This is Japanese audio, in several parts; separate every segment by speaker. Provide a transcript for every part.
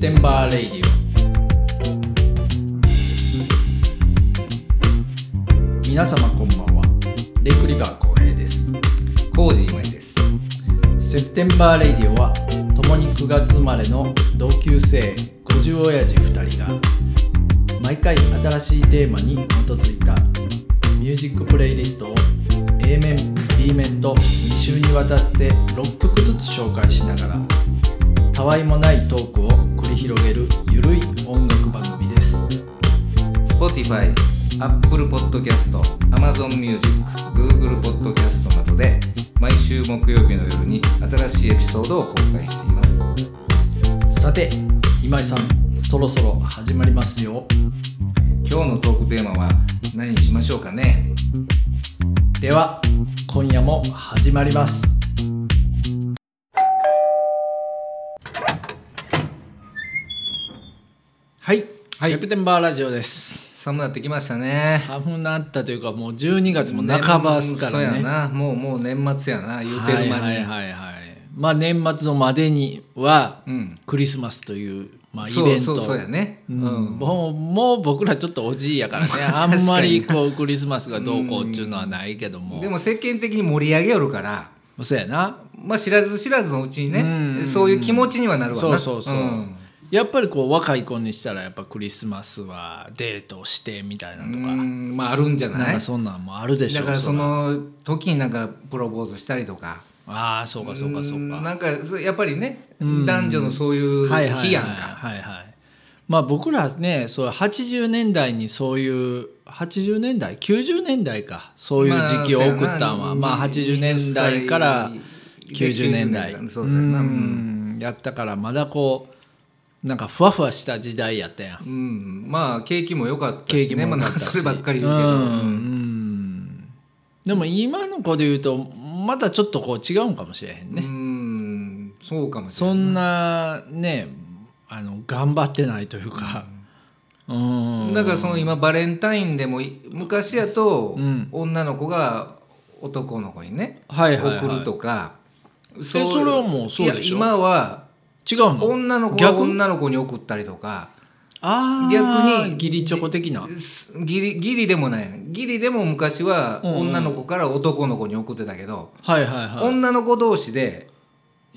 Speaker 1: テンバーレイディオ皆様こんばんはレイクリバー浩平です
Speaker 2: コージーまいです。
Speaker 1: セプテンバーレイディオは共に9月生まれの同級生50親父2人が毎回新しいテーマに基づいたミュージックプレイリストを A 面 B 面と2週にわたって6曲ずつ紹介しながらたわいもないトークを繰り広げるゆるい音楽番組です
Speaker 2: Spotify、Apple Podcast、Amazon Music、Google Podcast などで毎週木曜日の夜に新しいエピソードを公開しています。
Speaker 1: さて今井さんそろそろ始まりますよ
Speaker 2: 今日のトークテーマは何にしましょうかね
Speaker 1: では今夜も始まりますはい、
Speaker 2: はい
Speaker 1: セプテンバーラジオです
Speaker 2: 寒くなってきましたね。
Speaker 1: 寒くなったというかもう12月も半ばですから
Speaker 2: そうや
Speaker 1: ね
Speaker 2: な。もうもう年末やな。言うてる間に。
Speaker 1: はいはいはいはいまあ年末のまでには
Speaker 2: うん。
Speaker 1: クリスマスという、まあ、イ
Speaker 2: そう
Speaker 1: ベント
Speaker 2: そうそうやね。
Speaker 1: う
Speaker 2: うんん。
Speaker 1: もうもう僕らちょっとおじいや からねあんまりこうクリスマスがどうこうっていうのはないけども
Speaker 2: でも世間的に盛り上げよるから、
Speaker 1: そうやな
Speaker 2: まあ知らず知らずのうちに
Speaker 1: うん
Speaker 2: ね、そういう気持ちにはなるわな。
Speaker 1: そうそうそう、
Speaker 2: ん
Speaker 1: やっぱりこう若い子にしたらやっぱクリスマスはデートしてみたいなとか、
Speaker 2: うんまああるんじゃ
Speaker 1: なん
Speaker 2: ない
Speaker 1: かそんなんもあるでしょ
Speaker 2: だからそ
Speaker 1: ら
Speaker 2: の時になんかプロポーズしたりとか
Speaker 1: ああそうかそうかそううんか
Speaker 2: なんかそうやっぱりね
Speaker 1: うん
Speaker 2: 男女のそういう
Speaker 1: はいはい
Speaker 2: 悲
Speaker 1: はい
Speaker 2: 案か
Speaker 1: はいはいまあ僕らねそう80年代にそういう80年代90年代かそういう時期を送ったんは、まあ、80年代から90年代
Speaker 2: そうですね
Speaker 1: う
Speaker 2: うん
Speaker 1: んやったからまだこうなんかふわふわした時代やったやん
Speaker 2: うんまあ景気も良かったしね
Speaker 1: 景気も良
Speaker 2: ま
Speaker 1: か
Speaker 2: あ
Speaker 1: ったし
Speaker 2: そればっかり言
Speaker 1: う
Speaker 2: うんけど
Speaker 1: うんでも今の子で言うとまだちょっとこう違うんかもしれへん
Speaker 2: う
Speaker 1: ね、
Speaker 2: んそうかもしれ
Speaker 1: そんなねあの頑張ってないというかうん、
Speaker 2: ないだからその今バレンタインでもい昔やと
Speaker 1: うん
Speaker 2: 女の子が男の子にね
Speaker 1: はいはい、はい、
Speaker 2: 送るとか
Speaker 1: そそれはもうそうでしょ
Speaker 2: いや今は
Speaker 1: 違うの
Speaker 2: 女の子が
Speaker 1: 逆
Speaker 2: 女の子に送ったりとか
Speaker 1: あー
Speaker 2: 逆に
Speaker 1: ギリチョコ的な
Speaker 2: すギリギリでもないギリでも昔は
Speaker 1: うんうん
Speaker 2: 女の子から男の子に送ってたけど、
Speaker 1: はいはいはい
Speaker 2: 女の子同士で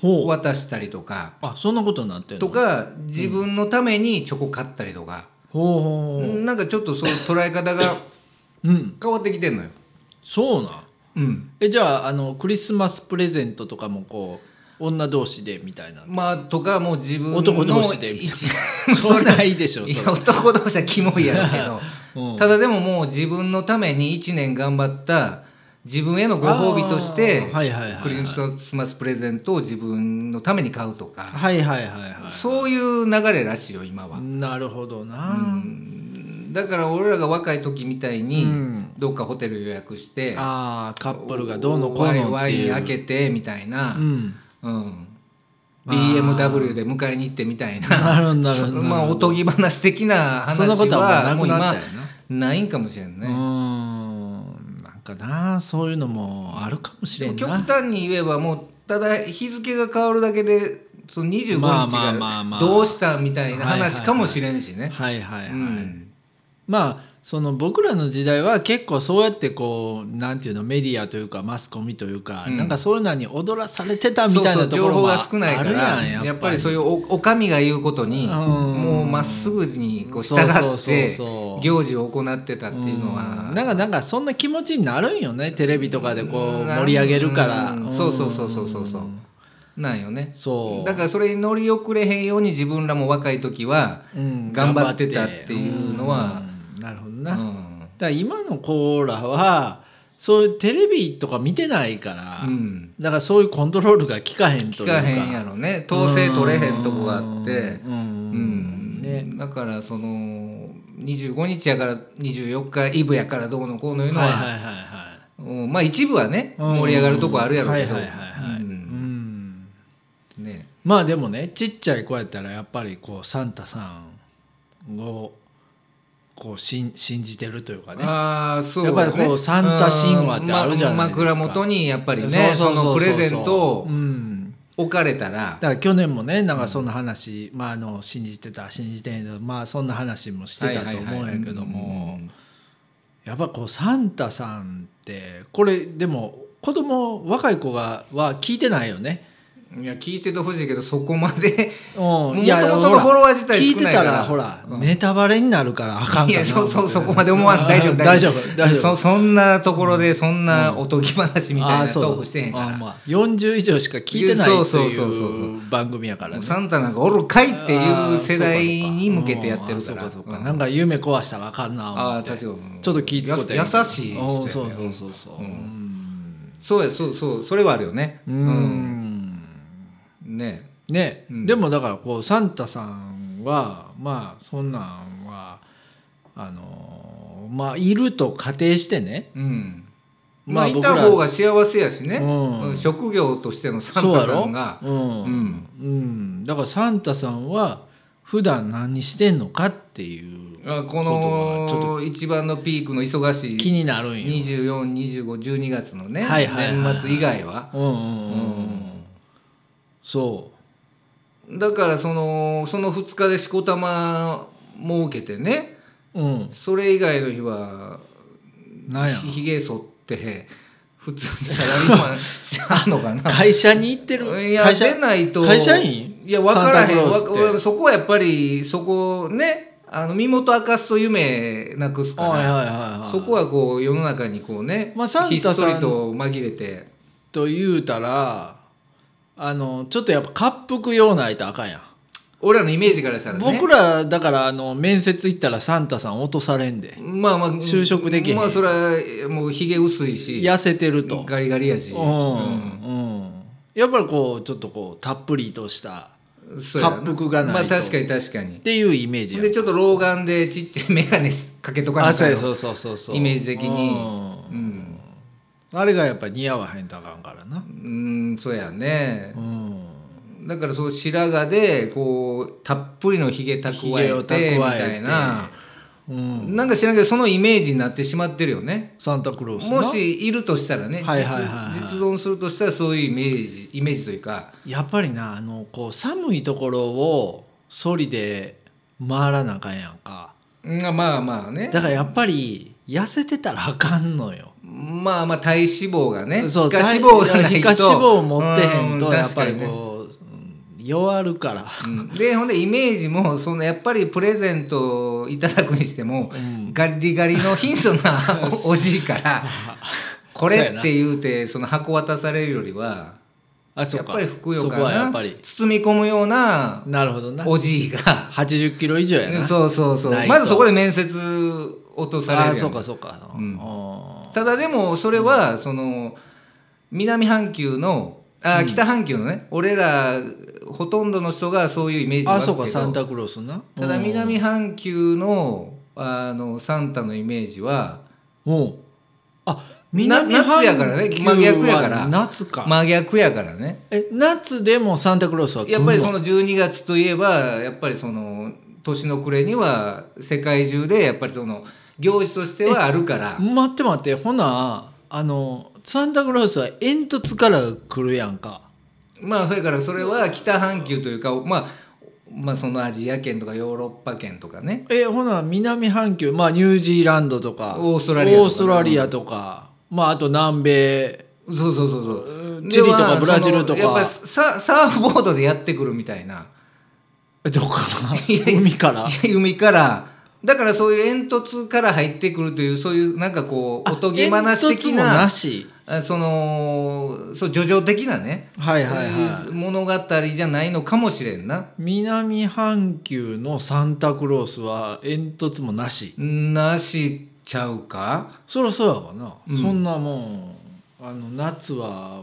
Speaker 1: ほう
Speaker 2: 渡したりとか
Speaker 1: あそんなことになってるの
Speaker 2: とか自分のためにチョコ買ったりとか、
Speaker 1: ほうほうほ
Speaker 2: なんかちょっとそういう捉え方が
Speaker 1: ううん
Speaker 2: 変わってきてんのよ。
Speaker 1: そうなん
Speaker 2: うん、
Speaker 1: えじゃああのクリスマスプレゼントとかもこう女同士でみたいな
Speaker 2: まあとかもう自分の
Speaker 1: 男同士でみ
Speaker 2: い
Speaker 1: たいな そんないで しょそれ
Speaker 2: や男同士はキモいやろうけど。
Speaker 1: うん
Speaker 2: ただでももう自分のために1年頑張った自分へのご褒美として
Speaker 1: あーはいはいはいはい
Speaker 2: クリスマスプレゼントを自分のために買うとか
Speaker 1: はいはいはいはい
Speaker 2: そういう流れらしいよ今は、
Speaker 1: なるほどな、
Speaker 2: だから俺らが若い時みたいに
Speaker 1: うん
Speaker 2: どっかホテル予約して、
Speaker 1: あーカップルがどうのこうのっていう
Speaker 2: ワイン開けてみたいな
Speaker 1: う、ん
Speaker 2: うん
Speaker 1: あー
Speaker 2: BMW で迎えに行ってみたいな
Speaker 1: なるほどなるほど
Speaker 2: まあおとぎ話的な
Speaker 1: そんな
Speaker 2: 話
Speaker 1: ことは
Speaker 2: は
Speaker 1: も
Speaker 2: も
Speaker 1: う
Speaker 2: う
Speaker 1: なくなっ
Speaker 2: 今
Speaker 1: たよな
Speaker 2: ないんかもしれん
Speaker 1: う
Speaker 2: ね。
Speaker 1: んなんかなそういうのもあるかもし
Speaker 2: で
Speaker 1: れ
Speaker 2: も
Speaker 1: ん
Speaker 2: 極
Speaker 1: な
Speaker 2: 端に言えばもうただ日付が変わるだけでその25
Speaker 1: まあまあ
Speaker 2: 日
Speaker 1: まあまあ
Speaker 2: がどうしたみたいな
Speaker 1: はいはいは
Speaker 2: 話
Speaker 1: い
Speaker 2: かもしれんしね。
Speaker 1: はいはいはい、
Speaker 2: うん
Speaker 1: まあその僕らの時代は結構そうやってこうなんていうのメディアというかマスコミというか、
Speaker 2: うん
Speaker 1: なんかそういうのに踊らされてたみ
Speaker 2: そう
Speaker 1: たい
Speaker 2: そ
Speaker 1: な
Speaker 2: う
Speaker 1: と
Speaker 2: 情
Speaker 1: ころ
Speaker 2: 報
Speaker 1: は
Speaker 2: が少ないから
Speaker 1: あるやん
Speaker 2: やっぱりそういうおお上が言うことに
Speaker 1: うん
Speaker 2: もうまっすぐにこう従
Speaker 1: そうそう
Speaker 2: っ
Speaker 1: そう
Speaker 2: て
Speaker 1: そう
Speaker 2: 行事を行ってたっていうのは
Speaker 1: うんなんかなんかそんな気持ちになるんよねテレビとかでこう盛り上げるから、
Speaker 2: うん
Speaker 1: ん
Speaker 2: そうそうそうそうそうそうなんよね
Speaker 1: そう
Speaker 2: だからそれに乗り遅れへんように自分らも若い時は
Speaker 1: うん
Speaker 2: 頑張ってたっていうのは、
Speaker 1: うんなるほど
Speaker 2: う
Speaker 1: な、だか
Speaker 2: ん
Speaker 1: ら今の子らはそういうテレビとか見てないから、
Speaker 2: うん
Speaker 1: だからそういうコントロールが効かへんとい
Speaker 2: 聞
Speaker 1: うか
Speaker 2: かへんやろね統制取れへんとこがあって
Speaker 1: うん
Speaker 2: うん、
Speaker 1: ね
Speaker 2: だからその25日やから24日イブやからどうのこうのいうのは、
Speaker 1: はいはいはいはい
Speaker 2: うんまあ一部はね
Speaker 1: うん
Speaker 2: 盛り上がるとこあるやろうけど
Speaker 1: はいはいはいはい、
Speaker 2: う
Speaker 1: うんん
Speaker 2: ね
Speaker 1: まあでもねちっちゃい子やったらやっぱりこうサンタさんをこう信信じてるというかね
Speaker 2: ああそう
Speaker 1: やっぱりこうサンタ神話ってあるじゃないですか
Speaker 2: うんま枕元にやっぱり
Speaker 1: そう
Speaker 2: ね
Speaker 1: そ
Speaker 2: そう
Speaker 1: そうそう
Speaker 2: のプレゼントを
Speaker 1: うん
Speaker 2: 置かれたら
Speaker 1: だから去年もねなんかそんな話、まあ、あの信じてた信じてへんけどまあそんな話もしてたと思うんやけども、やっぱこうサンタさんってこれでも子供若い子がは聞いてないよね。
Speaker 2: いや聞いててほしいけどそこまで
Speaker 1: うん、
Speaker 2: 元々の
Speaker 1: ほら
Speaker 2: フォロワー自体
Speaker 1: 聞い
Speaker 2: 少
Speaker 1: て
Speaker 2: ない
Speaker 1: た
Speaker 2: から
Speaker 1: らほら、
Speaker 2: うん
Speaker 1: ネタバレになるからあか んかない
Speaker 2: やそうそうそこまで思わん大丈夫
Speaker 1: 大丈夫大丈夫
Speaker 2: そそんなところでそんなおとぎ話みたいなトークしてへんか
Speaker 1: あー
Speaker 2: ら
Speaker 1: まあ、40以上しか聞いてない
Speaker 2: いや
Speaker 1: って
Speaker 2: そうそうそうそう
Speaker 1: いう番組やから
Speaker 2: もう
Speaker 1: ね
Speaker 2: サンタなんかおるかいっていう世代に向けてやって
Speaker 1: あー
Speaker 2: る
Speaker 1: そ
Speaker 2: か
Speaker 1: う
Speaker 2: ら
Speaker 1: かそうかなんか夢壊したらあかんな
Speaker 2: あ
Speaker 1: 思
Speaker 2: あ
Speaker 1: って
Speaker 2: 確かに
Speaker 1: ちょっと聞いてこうて
Speaker 2: や優しい人やね
Speaker 1: うんそうそうそうそう
Speaker 2: う
Speaker 1: うんん
Speaker 2: そうやそうそうそれはあるよね
Speaker 1: うーん
Speaker 2: ね
Speaker 1: ね、
Speaker 2: うん
Speaker 1: でもだからこうサンタさんはまあそんなんはあのーまあいると仮定してね
Speaker 2: うん
Speaker 1: ま
Speaker 2: ま
Speaker 1: あ
Speaker 2: あいた
Speaker 1: 僕ら
Speaker 2: 方が幸せやしね
Speaker 1: うん
Speaker 2: うん職業としてのサン
Speaker 1: そう
Speaker 2: タ
Speaker 1: や
Speaker 2: さ
Speaker 1: ろ
Speaker 2: んが
Speaker 1: うん
Speaker 2: うん
Speaker 1: うんだからサンタさんは普段何してんのかっていう
Speaker 2: あこ
Speaker 1: ちょっ
Speaker 2: の一番のピークの忙し
Speaker 1: 気
Speaker 2: い
Speaker 1: になるんよ。
Speaker 2: 242512月のね
Speaker 1: はいはいはいはい
Speaker 2: 年末以外は
Speaker 1: うんうんうんうん、そ
Speaker 2: だからそのその2日でしこたま儲けてね
Speaker 1: う、うん、
Speaker 2: それ以外の日は
Speaker 1: なんや
Speaker 2: ひひげ剃って普通にサラリーマンしてはんのかな
Speaker 1: 会社に行ってる
Speaker 2: いや
Speaker 1: 会社
Speaker 2: 出ないと
Speaker 1: 会社員
Speaker 2: いや分からへ
Speaker 1: サン
Speaker 2: ん
Speaker 1: タクロースって
Speaker 2: わそこはやっぱりそこねあの身元明かすと夢なくすか
Speaker 1: はい
Speaker 2: ら
Speaker 1: はいはいはい
Speaker 2: そこはこう世の中にこうね、
Speaker 1: まあサンタさん
Speaker 2: ひっそりと紛れて
Speaker 1: と言うたらあのちょっとやっぱ滑覆用ないとあかんやん
Speaker 2: 俺らのイメージからしたらね
Speaker 1: 僕らだからあの面接行ったらサンタさん落とされんで
Speaker 2: まあまあ
Speaker 1: 就職できへん
Speaker 2: まあそれはもうひげ薄いし
Speaker 1: 痩せてると
Speaker 2: ガリガリやし
Speaker 1: うん、うん、やっぱりこうちょっとこうたっぷりとした
Speaker 2: うんそうやな
Speaker 1: 滑覆がないと
Speaker 2: まあ確かに確かに
Speaker 1: っていうイメージやん
Speaker 2: でちょっと老眼でちっちゃい眼鏡かけとかな
Speaker 1: あ
Speaker 2: あか
Speaker 1: そ
Speaker 2: ん
Speaker 1: う
Speaker 2: よ
Speaker 1: やそうそうそうそう
Speaker 2: イメージ的に
Speaker 1: うん
Speaker 2: うん
Speaker 1: あれがやっぱ似合わへんとあかんからな
Speaker 2: うんそうやね
Speaker 1: うん
Speaker 2: だからそう白髪でこうたっぷりのひげ蓄え
Speaker 1: 髭を蓄え
Speaker 2: て
Speaker 1: て
Speaker 2: みたいな、
Speaker 1: うん、
Speaker 2: なんか知らんけどそのイメージになってしまってるよね
Speaker 1: サンタクロースな
Speaker 2: もしいるとしたらね、
Speaker 1: はいはいはいはい
Speaker 2: 実実存するとしたらそういうイメージイメージというか
Speaker 1: やっぱりなあのこう寒いところをソリで回らなあかんやんか
Speaker 2: うんまあまあね
Speaker 1: だからやっぱり痩せてたらあかんのよ
Speaker 2: まあまあ体脂肪がね
Speaker 1: そう
Speaker 2: 皮下脂肪がないと
Speaker 1: 皮下脂肪を持ってへん
Speaker 2: う
Speaker 1: とやっぱり
Speaker 2: 確かにね
Speaker 1: こう、うん弱るから、
Speaker 2: うんでほんでイメージもそのやっぱりプレゼントをいただくにしても、
Speaker 1: うん
Speaker 2: ガリガリの貧相 なおおじいからこ
Speaker 1: そうや
Speaker 2: れ
Speaker 1: な
Speaker 2: って言うてその箱渡されるよりは
Speaker 1: あそ
Speaker 2: や
Speaker 1: う
Speaker 2: っ
Speaker 1: か
Speaker 2: ぱりふくよか
Speaker 1: そこはや
Speaker 2: な
Speaker 1: っぱり
Speaker 2: 包み込むような
Speaker 1: なるほどな
Speaker 2: おじいが
Speaker 1: 8 0キロ以上やな
Speaker 2: そうそうそ
Speaker 1: な
Speaker 2: う
Speaker 1: いと
Speaker 2: まずそこで面接落とされ
Speaker 1: あ
Speaker 2: るや
Speaker 1: そうんかそうか、
Speaker 2: うん
Speaker 1: あー
Speaker 2: ただでもそれはその南半球のあ北半球のね、俺らほとんどの人がそういうイメージはあ
Speaker 1: あ
Speaker 2: るけ
Speaker 1: そ
Speaker 2: ど
Speaker 1: うかサンタクロースな
Speaker 2: ただ南半球のあのサンタのイメージは
Speaker 1: うんうんあ
Speaker 2: な
Speaker 1: 南半球は
Speaker 2: 夏やからね真逆やから
Speaker 1: 夏か、
Speaker 2: 真逆やからね
Speaker 1: え夏でもサンタクロースは来んの
Speaker 2: やっぱりその12月といえばやっぱりその年の暮れには世界中でやっぱりその行事としてはあるから
Speaker 1: 待って待ってほなあのサンタクロースは煙突から来るやんか
Speaker 2: まあそれからそれは北半球というかまあまあそのアジア圏とかヨーロッパ圏とかね
Speaker 1: えほな南半球まあニュージーランドとか
Speaker 2: オーストラリアとかね
Speaker 1: オーストラリアとかまああと南米
Speaker 2: そうそうそうそう
Speaker 1: うんチリとか
Speaker 2: でまあ
Speaker 1: ブラジルとか
Speaker 2: そのやっぱりササーフボードでやってくるみたいな
Speaker 1: えどこから海から
Speaker 2: いや海から だからそういう煙突から入ってくるというそういうなんかこうおとぎ話的
Speaker 1: あ煙突も
Speaker 2: な
Speaker 1: なし
Speaker 2: あそのそう叙情的なね、
Speaker 1: はいはいはい
Speaker 2: そういう物語じゃないのかもしれんな。
Speaker 1: 南半球のサンタクロースは煙突もなし
Speaker 2: なしちゃうか
Speaker 1: そろそろやわな、
Speaker 2: うん
Speaker 1: そんなもんあの夏は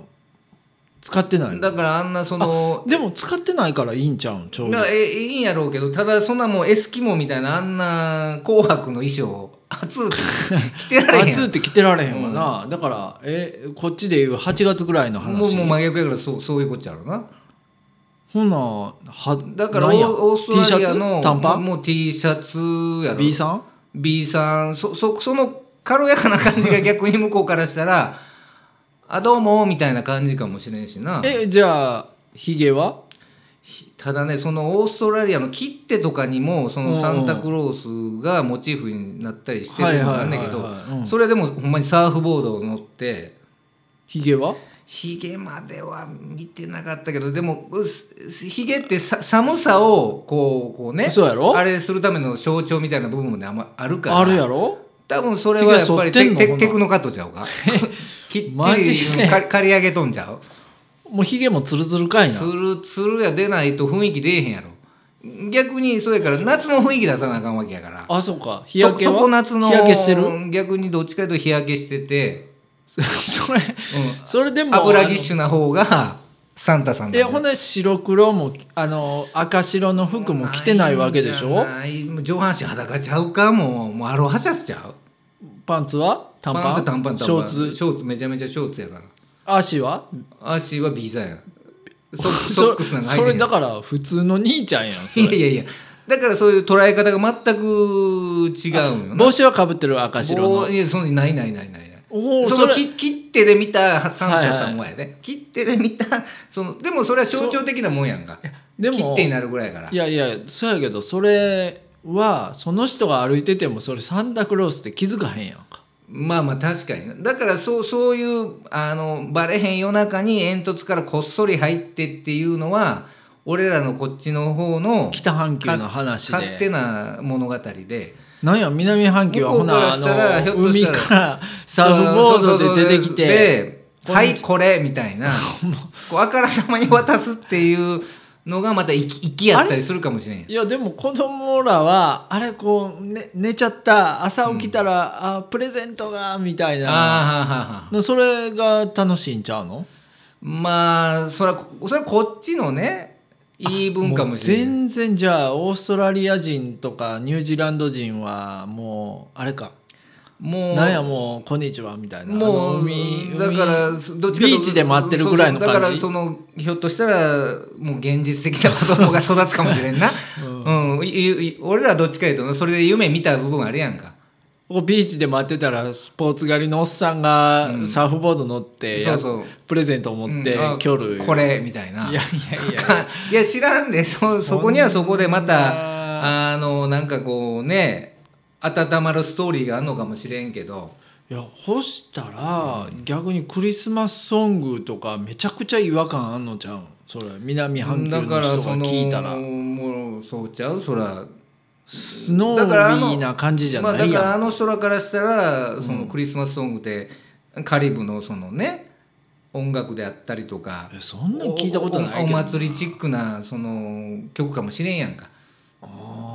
Speaker 1: 使ってないもん
Speaker 2: だからあんなその
Speaker 1: でも使ってないからいいんちゃうんちょうど
Speaker 2: だからえいいんやろうけどただそんなもうエスキモみたいなあんな「紅白」の衣装暑うて着てられへん
Speaker 1: 暑って着てられへんわな、だからえこっちでいう8月ぐらいの
Speaker 2: もう
Speaker 1: 話
Speaker 2: もう真逆やからそうそういうこっちゃろうな。
Speaker 1: ほなは
Speaker 2: だからオ
Speaker 1: なんや
Speaker 2: ーオーストラリア
Speaker 1: T シャ
Speaker 2: の
Speaker 1: ツ短パン
Speaker 2: もう T シャツやろ
Speaker 1: B さん
Speaker 2: B さんそそその軽やかな感 じが逆に向こうからしたら「あどうも」みたいな感じかもしれんしな
Speaker 1: えじゃあヒゲは
Speaker 2: ただねそのオーストラリアの切手とかにもそ
Speaker 1: うんう
Speaker 2: の
Speaker 1: ん
Speaker 2: サンタクロースがモチーフになったりしてるのなんだけ
Speaker 1: はいはいはいはいうん
Speaker 2: どそれでもほんまにサーフボードを乗って
Speaker 1: ヒゲは
Speaker 2: ヒゲまでは見てなかったけどでもうすヒゲってさ寒さをこうこうね
Speaker 1: そうやろ
Speaker 2: あれするための象徴みたいな部分もねあんまあるから
Speaker 1: あるやろ
Speaker 2: 多分それはやっぱり
Speaker 1: ヒゲ剃ってん
Speaker 2: テ
Speaker 1: の
Speaker 2: テ
Speaker 1: ほんなら
Speaker 2: テクノカットちゃうかき っ
Speaker 1: マ
Speaker 2: ち
Speaker 1: ジで
Speaker 2: りか刈り上げとんちゃう
Speaker 1: もうヒゲもツルツル かいな
Speaker 2: つるつるや出ないと雰囲気出えへんやろ逆にそうやから夏の雰囲気出さなあかんわけやから
Speaker 1: あそうか日焼けは
Speaker 2: と常夏の
Speaker 1: 日焼けしてる
Speaker 2: 逆にどっちかというと日焼けしてて、
Speaker 1: それ
Speaker 2: う
Speaker 1: それで
Speaker 2: ん、
Speaker 1: も
Speaker 2: 油ぎっしゅな方がサンタさん
Speaker 1: えほんで白黒もあの赤白の服も着てないわけでしょ
Speaker 2: ないもう上半身裸ちゃうかもうもうアロハシャツちゃう
Speaker 1: パンツは短パン
Speaker 2: 短パン短パン
Speaker 1: ショーツ
Speaker 2: ショーツめちゃめちゃショーツやから
Speaker 1: 足は
Speaker 2: 足はビザやソック
Speaker 1: そ
Speaker 2: ソックスなんか入
Speaker 1: そ
Speaker 2: ってへ
Speaker 1: れ
Speaker 2: ん
Speaker 1: だから普通の兄ちゃんやんそ
Speaker 2: いや
Speaker 1: れ
Speaker 2: いやいやだからそういう捉え方が全く違うんよな
Speaker 1: 帽子はかぶってる赤白
Speaker 2: も
Speaker 1: の
Speaker 2: ういやそのないないないないない
Speaker 1: おお
Speaker 2: そ
Speaker 1: そ
Speaker 2: の
Speaker 1: れ
Speaker 2: 切切手で見たサンタさん
Speaker 1: は
Speaker 2: はやね切手で見たそのでもそれは象徴的なもんやんか
Speaker 1: でも
Speaker 2: 切手になるぐらいやから
Speaker 1: いやいやそうやけどそれはその人が歩いててもそれサンタクロースって気づかへんやんか
Speaker 2: まあまあ確かになだからそうそういうあのバレへん夜中に煙突からこっそり入ってっていうのは俺らのこっちの方の
Speaker 1: 北半球の話
Speaker 2: 勝手
Speaker 1: で
Speaker 2: な物語で
Speaker 1: なんや南半球はほ
Speaker 2: 向こうから
Speaker 1: なあ
Speaker 2: したらひ
Speaker 1: の
Speaker 2: ょっとし
Speaker 1: 海
Speaker 2: たら
Speaker 1: からサーフボードで出てきて
Speaker 2: そうそうそうそうではいこれみ たいなこうあからさまに渡すっていうのがまた粋粋やったりするかもしれん
Speaker 1: いやでも子供らはあれこう、ね、寝ちゃった朝起きたら、あプレゼントがみたいな
Speaker 2: ああ
Speaker 1: のそれが楽しいんちゃうの
Speaker 2: まあそれはそれはこっちのねいい文化もしれ
Speaker 1: 全
Speaker 2: ん
Speaker 1: 然じゃあオーストラリア人とかニュージーランド人はもうあれか、
Speaker 2: もう
Speaker 1: なんやもう「こんにちは」みたいな
Speaker 2: も
Speaker 1: あの
Speaker 2: う
Speaker 1: 海
Speaker 2: だから
Speaker 1: 海
Speaker 2: どっちかと
Speaker 1: ビーチで待ってるぐらいの感じ
Speaker 2: そうそうだからそのひょっとしたらもう現実的な子供が育つかもしれ んな、うんいい俺らどっちかいうとそれで夢見た部分あるやんか
Speaker 1: こうビーチで待ってたらスポーツ狩りのおっさんがサーフボード乗って、
Speaker 2: そうそう
Speaker 1: プレゼントを持って、
Speaker 2: うんあ
Speaker 1: キョル
Speaker 2: これみたいない
Speaker 1: やいやいや
Speaker 2: かいや知らんでそそこにはそこでま
Speaker 1: ほん
Speaker 2: たあのなんかこうね温まるストーリーがあるのかもしれんけど
Speaker 1: いやほしたら逆にクリスマスソングとかめちゃくちゃ違和感あんのちゃうんそれ南半球の
Speaker 2: だ
Speaker 1: 人
Speaker 2: か
Speaker 1: が
Speaker 2: らその
Speaker 1: 聞いたら
Speaker 2: もうそうちゃうそら
Speaker 1: スノー
Speaker 2: だ
Speaker 1: リ
Speaker 2: からあの
Speaker 1: ーな感じじゃ
Speaker 2: まあ、
Speaker 1: な
Speaker 2: だ
Speaker 1: い
Speaker 2: か
Speaker 1: やん、
Speaker 2: らあの人らからしたらそのクリスマスソングってカリブのそのね音楽であったりとか
Speaker 1: えそんなん聞いたことないけど
Speaker 2: おお
Speaker 1: あ
Speaker 2: お祭りチックなその曲かもしれんやんか
Speaker 1: あ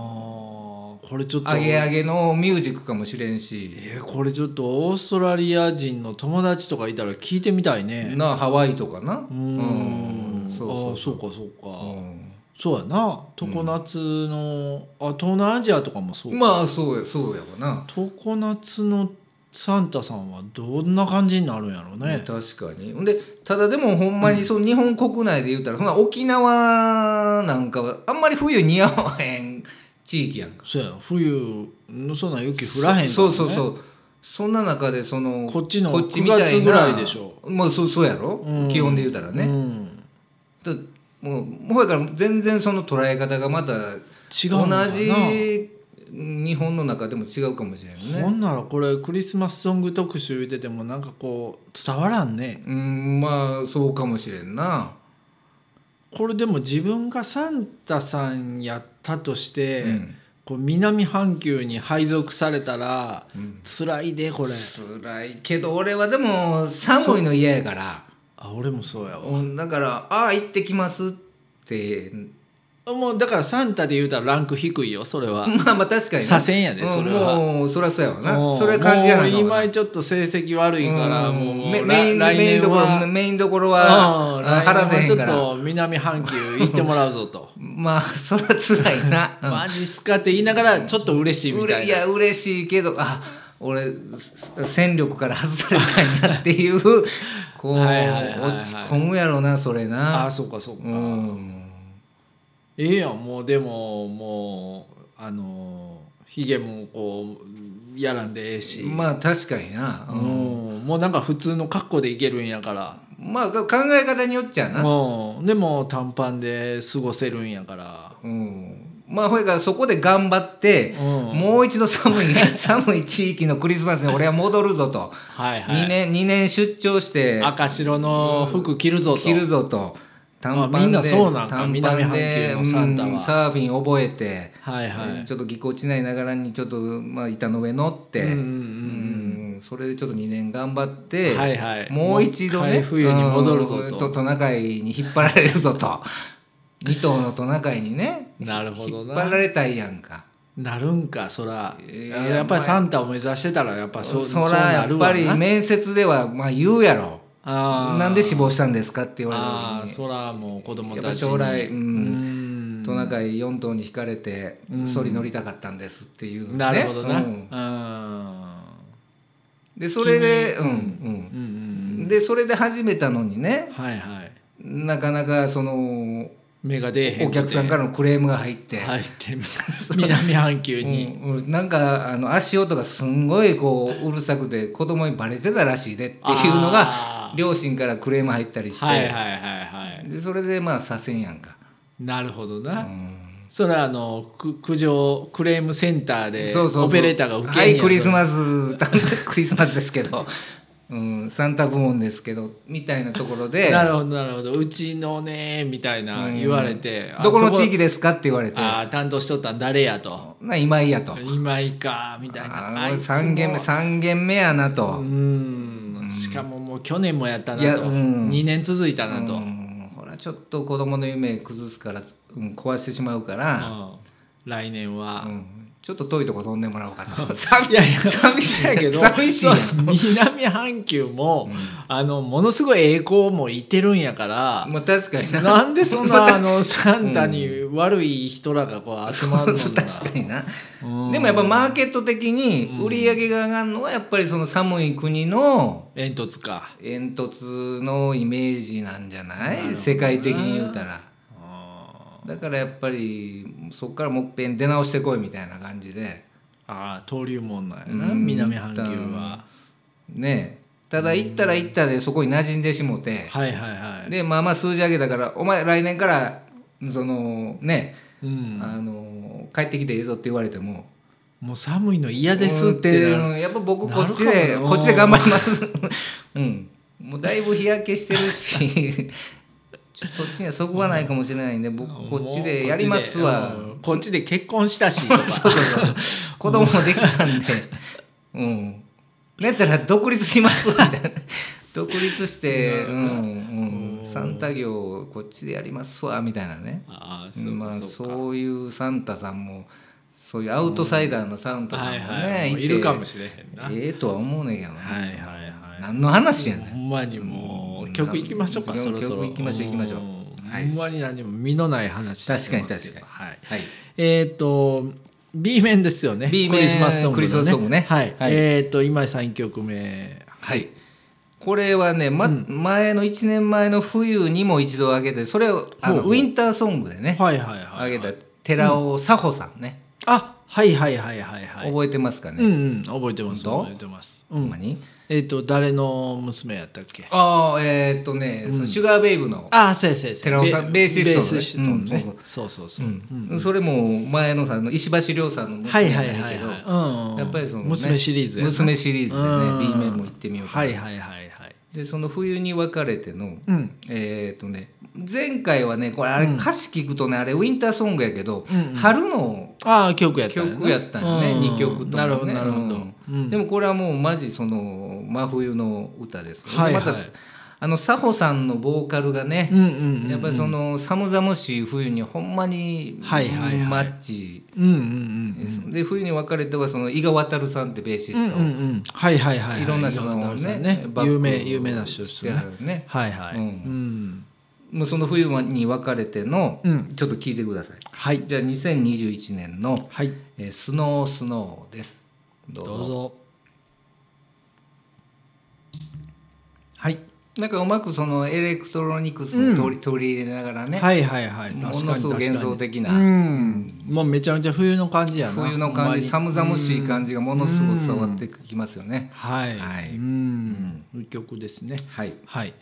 Speaker 1: ーこれちょっと
Speaker 2: アゲアゲのミュージックかもしれんし。
Speaker 1: えーこれちょっとオーストラリア人の友達とかいたら聞いてみたいね
Speaker 2: なハワイとかな
Speaker 1: うーん
Speaker 2: うん
Speaker 1: そ
Speaker 2: そうう
Speaker 1: そ
Speaker 2: そうう
Speaker 1: そうかそうか、
Speaker 2: うん
Speaker 1: そうやな常夏の、あ東南アジアとかもそうか
Speaker 2: まあそうやそうやわな、
Speaker 1: 常夏のサンタさんはどんな感じになるんやろうね
Speaker 2: 確かにほんでただでもほんまにそう日本国内で言うたら、そんな沖縄なんかはあんまり冬似合わへん地域やんか
Speaker 1: そうや冬のそんな雪降らへんからね
Speaker 2: そうそうそうそんな中でその
Speaker 1: こっちの
Speaker 2: こっちみたいな
Speaker 1: 9月ぐらいでしょ
Speaker 2: もうそうそうやろ、
Speaker 1: うん
Speaker 2: 気温で言うたら
Speaker 1: う
Speaker 2: ね、
Speaker 1: ん
Speaker 2: だもうもうやから全然その捉え方がまた
Speaker 1: 違うの
Speaker 2: 同
Speaker 1: かな
Speaker 2: じ日本の中でも違うかもしれんね
Speaker 1: ほんならこれクリスマスソング特集言っててもなんかこう伝わらんね
Speaker 2: うんまあそうかもしれんな、
Speaker 1: これでも自分がサンタさんやったとして、
Speaker 2: うん
Speaker 1: こう南半球に配属されたら辛いでこれ
Speaker 2: 辛いけど俺はでも寒いの嫌やから
Speaker 1: あ俺もそうやわ
Speaker 2: うんだから「ああ行ってきます」って
Speaker 1: もうだからサンタで言うたらランク低いよそれは
Speaker 2: まあまあ確かに
Speaker 1: 左遷やで
Speaker 2: うん
Speaker 1: それは
Speaker 2: もうそりゃそうやわ
Speaker 1: も
Speaker 2: な
Speaker 1: う
Speaker 2: それ感じや
Speaker 1: も
Speaker 2: な
Speaker 1: う今ちょっと成績悪いから、
Speaker 2: うん
Speaker 1: もう
Speaker 2: メメ
Speaker 1: 来
Speaker 2: イン
Speaker 1: 来
Speaker 2: メ
Speaker 1: 年
Speaker 2: インどころ
Speaker 1: は
Speaker 2: メインどころ
Speaker 1: うん
Speaker 2: はあ
Speaker 1: 来
Speaker 2: 腹せ
Speaker 1: 年は
Speaker 2: へ
Speaker 1: ちょっ
Speaker 2: んから
Speaker 1: と南半球行ってもらうぞと
Speaker 2: まあそれは辛い なうん
Speaker 1: マジっすかって言いながらちょっと嬉しいうみた
Speaker 2: れ
Speaker 1: い
Speaker 2: い
Speaker 1: な
Speaker 2: や嬉しいけどあ俺す戦力から外されたんやって いうこう落
Speaker 1: はいはいはいはい
Speaker 2: ち込むやろなそれ
Speaker 1: あ
Speaker 2: な
Speaker 1: あそうかそうか、
Speaker 2: うん
Speaker 1: ええやんもうでももうあのヒゲもこうやらんでええし、
Speaker 2: まあ確かにな、
Speaker 1: うんもうなんか普通の格好でいけるんやから
Speaker 2: まあ考え方によっちゃな、
Speaker 1: うんでも短パンで過ごせるんやから
Speaker 2: うん、まあほいからそこで頑張って、
Speaker 1: うん
Speaker 2: もう一度寒い 寒い地域のクリスマスに俺は戻るぞと、
Speaker 1: はいはい
Speaker 2: 二年2年出張して
Speaker 1: 赤白の服着るぞと
Speaker 2: 着るぞと短
Speaker 1: まあみ
Speaker 2: パン
Speaker 1: んな
Speaker 2: で
Speaker 1: そうなんか
Speaker 2: 短パ
Speaker 1: 南
Speaker 2: ン
Speaker 1: 半
Speaker 2: で
Speaker 1: 球のサンタは
Speaker 2: うんサーフィン覚えて、
Speaker 1: はいはい、
Speaker 2: ちょっとぎこちないながらにちょっと、まあ、板の上乗って、
Speaker 1: うんうんうん
Speaker 2: うんそれでちょっと2年頑張って、
Speaker 1: はいはい
Speaker 2: もう一度
Speaker 1: もう一
Speaker 2: ね
Speaker 1: 回冬に戻るぞと
Speaker 2: うんトナカイに引っ張られる ぞと2頭のトナカイにね
Speaker 1: なるほどな
Speaker 2: 引っ張られたいやんか。
Speaker 1: なるんかそら
Speaker 2: いや
Speaker 1: やっぱりサンタを目指してたらやっぱそ
Speaker 2: そうそらやっぱり面接ではまあ言うやろ
Speaker 1: あー
Speaker 2: なんで死亡したんですかって言わ
Speaker 1: あ
Speaker 2: れ
Speaker 1: ー
Speaker 2: る
Speaker 1: そらもう子供
Speaker 2: やっぱ
Speaker 1: たちに
Speaker 2: 将来う
Speaker 1: うんん
Speaker 2: トナカイ4頭に引かれて、ソリ乗りたかったんですっていう、ね、
Speaker 1: なるほどな、
Speaker 2: う
Speaker 1: うんん
Speaker 2: でそれでうん
Speaker 1: うんうん
Speaker 2: うん、でそれで始めたのにね
Speaker 1: はいはい
Speaker 2: なかなかその
Speaker 1: 目が出えへん
Speaker 2: お客さんからのクレームが入って、
Speaker 1: 入って南半球
Speaker 2: う
Speaker 1: に、
Speaker 2: んうんなんかあの足音がすんごいこううるさくて子供にバレてたらしいでっていうの
Speaker 1: あ
Speaker 2: が
Speaker 1: ー
Speaker 2: 両親からクレーム入ったりして、
Speaker 1: はいはいはいはい
Speaker 2: でそれでまあ左遷やんか、
Speaker 1: なるほど
Speaker 2: う
Speaker 1: な、
Speaker 2: ん
Speaker 1: それはあのく苦情クレームセンターで
Speaker 2: そうそうそう
Speaker 1: オペレーターが受け
Speaker 2: は
Speaker 1: んねや
Speaker 2: いクリス
Speaker 1: ス
Speaker 2: マス単体クリスマスですけど、 うん、サンタ部門ですけどみたいなところで
Speaker 1: なるほどなるほどうちのねみたいな言われて、
Speaker 2: どこの地
Speaker 1: 域
Speaker 2: 域ですかって言われて
Speaker 1: あー担当しとったん誰やと
Speaker 2: な今井やと
Speaker 1: 今井かみたいなあいつも
Speaker 2: 3軒目三軒目やな
Speaker 1: う
Speaker 2: と、
Speaker 1: んしかももう去年もやった
Speaker 2: いや
Speaker 1: なと、
Speaker 2: うん
Speaker 1: 2年続いたなと、
Speaker 2: う
Speaker 1: うん
Speaker 2: んほらちょっと子供の夢崩すから、うん、壊してしまうから、
Speaker 1: 来年は、
Speaker 2: うんちょっと遠いとこ飛んでもらおうかな
Speaker 1: い
Speaker 2: 寂
Speaker 1: やいや
Speaker 2: 寂しいやけど寂しい
Speaker 1: そ
Speaker 2: や
Speaker 1: うん南半球も、あのものすごい栄光もいてるんやから、
Speaker 2: まあ確かにな
Speaker 1: なんでそん なあのサンタに悪い人らがこう集まるの
Speaker 2: そう
Speaker 1: か
Speaker 2: 確かにな、
Speaker 1: うん
Speaker 2: でもやっぱマーケット的に売り上げが上がるのはやっぱりその寒い国の
Speaker 1: 煙突か
Speaker 2: 煙突のイメージなんじゃない世界的に言うたらだからやっぱりそっからもっぺん出直してこいみたいな感じで
Speaker 1: ああ登竜門なんやな、
Speaker 2: うん
Speaker 1: 南半球は
Speaker 2: ねえただ行ったら行ったでそこに馴染んでしもて
Speaker 1: はいはいはい
Speaker 2: でまあまあ数字上げたからお前来年からそのね
Speaker 1: うん
Speaker 2: あの帰ってきてええぞって言われても
Speaker 1: もう寒いの嫌ですってなる
Speaker 2: うんやっぱ僕こっち
Speaker 1: なる
Speaker 2: で
Speaker 1: かもな
Speaker 2: こっちで頑張ります うんもうだいぶ日焼けしてるし ちょそっちにはそこはないかもしれないんで僕こっちでやりますわ
Speaker 1: もうこっちでうんこっちで結婚した しとか
Speaker 2: そうそうそう子供もできたんでうんだったら独立しますみたいな 独立してうんうんサンタ業こっちでやりますわみたいなね
Speaker 1: ああ
Speaker 2: う
Speaker 1: そうか
Speaker 2: んまあ
Speaker 1: そうか
Speaker 2: そういうサンタさんもそういうアウトサイダーのサンタさ
Speaker 1: は
Speaker 2: ん
Speaker 1: い
Speaker 2: も
Speaker 1: は
Speaker 2: ね
Speaker 1: いもう
Speaker 2: て
Speaker 1: いるかもしれへんなはい
Speaker 2: ええとは思うねんけどね
Speaker 1: はいはい
Speaker 2: 何の話やね
Speaker 1: ほ
Speaker 2: ん
Speaker 1: んまにもう曲いきましょうか
Speaker 2: うん
Speaker 1: そろそろ
Speaker 2: 曲行きましょう行きましょうんはい
Speaker 1: ほんまに何も身のない話してますけど
Speaker 2: 確かに確かに
Speaker 1: はい
Speaker 2: はい
Speaker 1: えっと B 面ですよね
Speaker 2: B 面
Speaker 1: クリスマスソングの
Speaker 2: クリスマスソングね
Speaker 1: はい
Speaker 2: はい
Speaker 1: えっと今井さん1曲目
Speaker 2: はいこれはね、ま前の1年前の冬にも一度あげてそれをあの
Speaker 1: ほうほう
Speaker 2: ウィンターソングでね
Speaker 1: はいはい
Speaker 2: あ
Speaker 1: はい
Speaker 2: げた寺尾佐穂さんね、
Speaker 1: あはいはいはいはいはい
Speaker 2: 覚えてますか
Speaker 1: うん
Speaker 2: ね、
Speaker 1: うん覚えてます
Speaker 2: 本当
Speaker 1: 覚えてますう
Speaker 2: ほん
Speaker 1: ん
Speaker 2: まに
Speaker 1: えっと誰の娘やったっけ
Speaker 2: ああえーっとね、そのシュガーベイブの、
Speaker 1: ああそうやそうやそうや
Speaker 2: 寺尾さん
Speaker 1: ベ
Speaker 2: ベーシストのね
Speaker 1: ベーシストのね
Speaker 2: うん
Speaker 1: そうそうそううん
Speaker 2: それも前のさあの石橋亮さんの
Speaker 1: は
Speaker 2: 娘
Speaker 1: い
Speaker 2: な
Speaker 1: は
Speaker 2: ん
Speaker 1: い
Speaker 2: だけど、
Speaker 1: はいはいうんうん
Speaker 2: やっぱりその、ね、
Speaker 1: 娘シリーズやな
Speaker 2: 娘シリーズで
Speaker 1: うん
Speaker 2: ね B 面も行ってみようかな、
Speaker 1: はいはいはいはい
Speaker 2: でその「冬に別れての」
Speaker 1: うん
Speaker 2: えーっ、とね前回はねこれあれ歌詞聞くとね、あれウィンターソングやけど、
Speaker 1: うんうん
Speaker 2: 春の
Speaker 1: ああ曲やったん
Speaker 2: 曲やったんよね、
Speaker 1: うん
Speaker 2: 二2曲とも、ね、
Speaker 1: なるほどなるほど
Speaker 2: うん
Speaker 1: うん
Speaker 2: でもこれはもうマジその真冬の歌です、
Speaker 1: はいはい
Speaker 2: でまたあの佐穂さんのボーカルがね、
Speaker 1: うんうんうん
Speaker 2: やっぱりその寒々しい冬にほんまにマ
Speaker 1: はいはいはい
Speaker 2: ッチ
Speaker 1: うんうん
Speaker 2: です、で冬に別れてはその伊賀渡さんってベーシ
Speaker 1: うんうん
Speaker 2: ス
Speaker 1: う
Speaker 2: ト、
Speaker 1: んうんはいはいはいはい
Speaker 2: いろんな人の
Speaker 1: いろんな人
Speaker 2: ねバック
Speaker 1: 有名有名な人です
Speaker 2: しては
Speaker 1: ね
Speaker 2: るね
Speaker 1: はいはい
Speaker 2: うん
Speaker 1: うん
Speaker 2: もうその冬に別れての、
Speaker 1: うん
Speaker 2: ちょっと聞いてください
Speaker 1: はい
Speaker 2: じゃあ2021年の
Speaker 1: はい
Speaker 2: 「えースノースノー」ですどうぞ
Speaker 1: どうぞはい
Speaker 2: なんかうまくそのエレクトロニクスを取り,、取り入れながらね、
Speaker 1: はいはいはい確かに
Speaker 2: ものすごく幻想的な
Speaker 1: 確かにうんもうめちゃめちゃ冬の感じやな
Speaker 2: 冬の感じ
Speaker 1: ほんまに
Speaker 2: 寒々しい感じがものすごく伝わってきますよね、
Speaker 1: はい
Speaker 2: はい
Speaker 1: うんいい曲ですね
Speaker 2: はい
Speaker 1: はい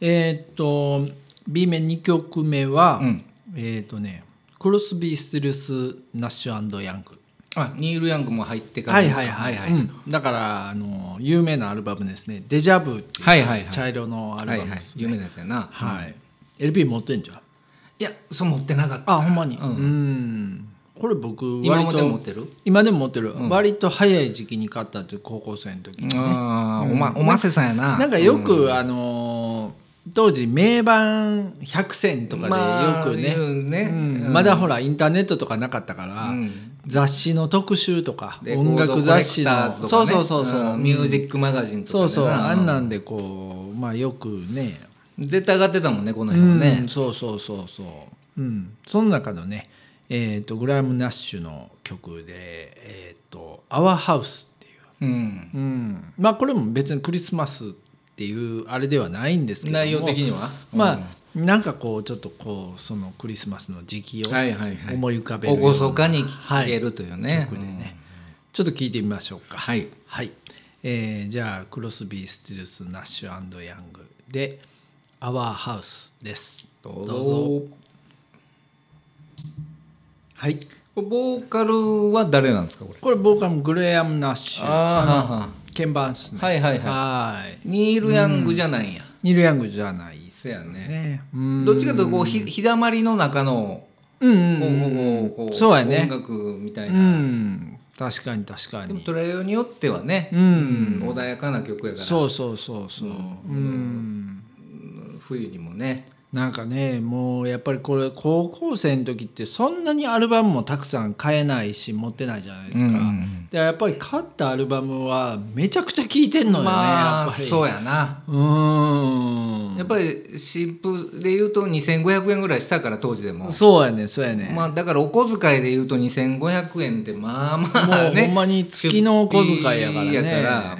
Speaker 1: えーっと B 面2曲目は、
Speaker 2: うん
Speaker 1: えーっとねクロスビー・スティルス・ナッシュヤング
Speaker 2: あニール・ヤングも入ってから
Speaker 1: はい
Speaker 2: ですか
Speaker 1: はいはい、
Speaker 2: はいはい、
Speaker 1: うんだからあの有名なアルバムですね「デジャブ」っていう、
Speaker 2: はいはいはい
Speaker 1: 茶色のアル
Speaker 2: は
Speaker 1: バ
Speaker 2: い
Speaker 1: ム
Speaker 2: は
Speaker 1: で
Speaker 2: い
Speaker 1: すね
Speaker 2: 有名ですよな、
Speaker 1: はい、LP 持ってんじゃん
Speaker 2: いやそう持ってなかった
Speaker 1: あほんまにう、
Speaker 2: うんん
Speaker 1: これ僕
Speaker 2: 今
Speaker 1: 割
Speaker 2: ま
Speaker 1: と
Speaker 2: で持ってる
Speaker 1: 今でも持ってる、
Speaker 2: うん
Speaker 1: 割と早い時期に買ったっていう高校生の時にね、
Speaker 2: あーおまおませさんやな
Speaker 1: なんかよく、
Speaker 2: うん
Speaker 1: あのー当時名盤100選とか
Speaker 2: まあ
Speaker 1: でよくね,、
Speaker 2: 言うね
Speaker 1: うん
Speaker 2: うん
Speaker 1: まだほらインターネットとかなかったから、
Speaker 2: うん
Speaker 1: 雑誌の特集とか
Speaker 2: レコード
Speaker 1: 音楽雑誌
Speaker 2: コレ
Speaker 1: の、
Speaker 2: クターズと
Speaker 1: そ
Speaker 2: か
Speaker 1: う
Speaker 2: ね
Speaker 1: そうそうそう、
Speaker 2: んミュージ
Speaker 1: ック
Speaker 2: ックマガジンとか
Speaker 1: そ
Speaker 2: で
Speaker 1: う
Speaker 2: な
Speaker 1: そうあんなんでこうまあよくね
Speaker 2: 絶対上がってたもんねこの辺は
Speaker 1: う
Speaker 2: ね
Speaker 1: ん、そうそうそうそううんその中のねえー、とグラム・ナッシュの曲でえっ、と「Our House」っていう
Speaker 2: うん、
Speaker 1: うん、まあこれも別にクリスマスっていうあれではないんですけども
Speaker 2: 内容的には
Speaker 1: まあなんかこうちょっとこうそのクリスマスの時期を
Speaker 2: うんはいはいはい
Speaker 1: 思い浮かべる
Speaker 2: お
Speaker 1: ような
Speaker 2: ごそかに聴けるというね,う
Speaker 1: 曲で
Speaker 2: ん、
Speaker 1: ねちょっと聞いてみましょうか
Speaker 2: はい
Speaker 1: はい、えーじゃあクロスビー・スティルスナッシュヤングで「Our House」です
Speaker 2: どうぞ
Speaker 1: はい
Speaker 2: これボーカルは誰なんですかこれ
Speaker 1: これ僕はグレアム・ナッシュ
Speaker 2: あ
Speaker 1: 鍵盤っすね
Speaker 2: はいはいはい
Speaker 1: はい
Speaker 2: ニール・ヤングじゃないんや、
Speaker 1: ニール・ヤングじゃないです
Speaker 2: そうやね
Speaker 1: ねうん
Speaker 2: どっちかというとこうひ日だまりの中の
Speaker 1: うん
Speaker 2: こう
Speaker 1: うんうん
Speaker 2: こうこう
Speaker 1: そうやね
Speaker 2: 音楽みたいうな、
Speaker 1: ん確かに確か
Speaker 2: でも
Speaker 1: に
Speaker 2: トライオによってはね、
Speaker 1: うん
Speaker 2: うん穏やかな曲やから
Speaker 1: そうそうそうそううん
Speaker 2: 冬にもね
Speaker 1: なんかねもうやっぱりこれ高校生の時ってそんなにアルバムもたくさん買えないし持ってないじゃないですか、
Speaker 2: うんうんうん
Speaker 1: でやっぱり買ったアルバムはめちゃくちゃ聴いてんのよね、
Speaker 2: ま
Speaker 1: や
Speaker 2: あ
Speaker 1: っぱり
Speaker 2: そうやな、
Speaker 1: うーん
Speaker 2: やっぱり新譜で言うと2500円ぐらいしたから当時でも、
Speaker 1: そうやねそうやね、
Speaker 2: まあだからお小遣いで言うと2500円ってまあま
Speaker 1: も
Speaker 2: あ
Speaker 1: う
Speaker 2: ね
Speaker 1: ほんまに月のお小遣いやからね
Speaker 2: 出費やから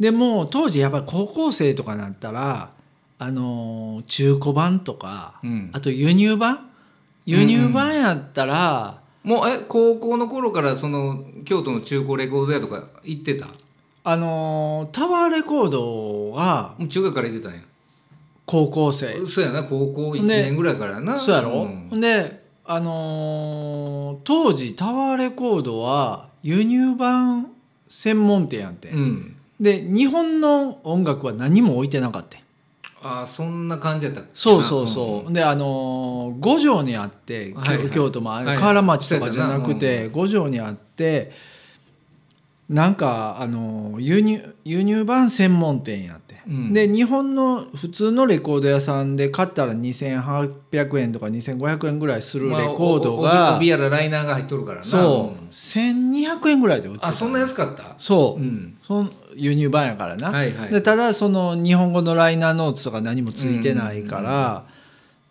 Speaker 1: でもう当時やっぱり高校生とかなったらあのー中古版とか、
Speaker 2: うん
Speaker 1: あと輸入版輸入版やったら、
Speaker 2: もうえ高校の頃からその京都の中古レコード屋とか行ってた
Speaker 1: あのータワーレコードは
Speaker 2: もう中学から行ってたんや
Speaker 1: 高校生
Speaker 2: そうやな高校1
Speaker 1: ね
Speaker 2: 年ぐらいからやな
Speaker 1: そうやろ、
Speaker 2: ん
Speaker 1: ほん、であのー当時タワーレコードは輸入版専門店やんて、
Speaker 2: うん
Speaker 1: で日本の音楽は何も置いてなかった
Speaker 2: ああそんな感じやったっけな
Speaker 1: そうそうそう、
Speaker 2: ん
Speaker 1: であのー五条にあって、
Speaker 2: はいはい
Speaker 1: 京京都もあ
Speaker 2: は
Speaker 1: れ
Speaker 2: いはい
Speaker 1: 河原町とかじゃなく
Speaker 2: そうやった
Speaker 1: て、五条にあってなんかあのー輸入輸入版専門店やって、
Speaker 2: うん
Speaker 1: で日本の普通のレコード屋さんで買ったら2800円とか2500円ぐらいするレコード
Speaker 2: まあおお
Speaker 1: が、
Speaker 2: 帯やらライナーが入っとるからな
Speaker 1: そう、
Speaker 2: ん
Speaker 1: 1200円ぐらいで売ってた
Speaker 2: あそんな安かった
Speaker 1: そう、
Speaker 2: ん
Speaker 1: その輸入版やからな、
Speaker 2: はいはい
Speaker 1: でただその日本語のライナーノーツとか何もついてないから、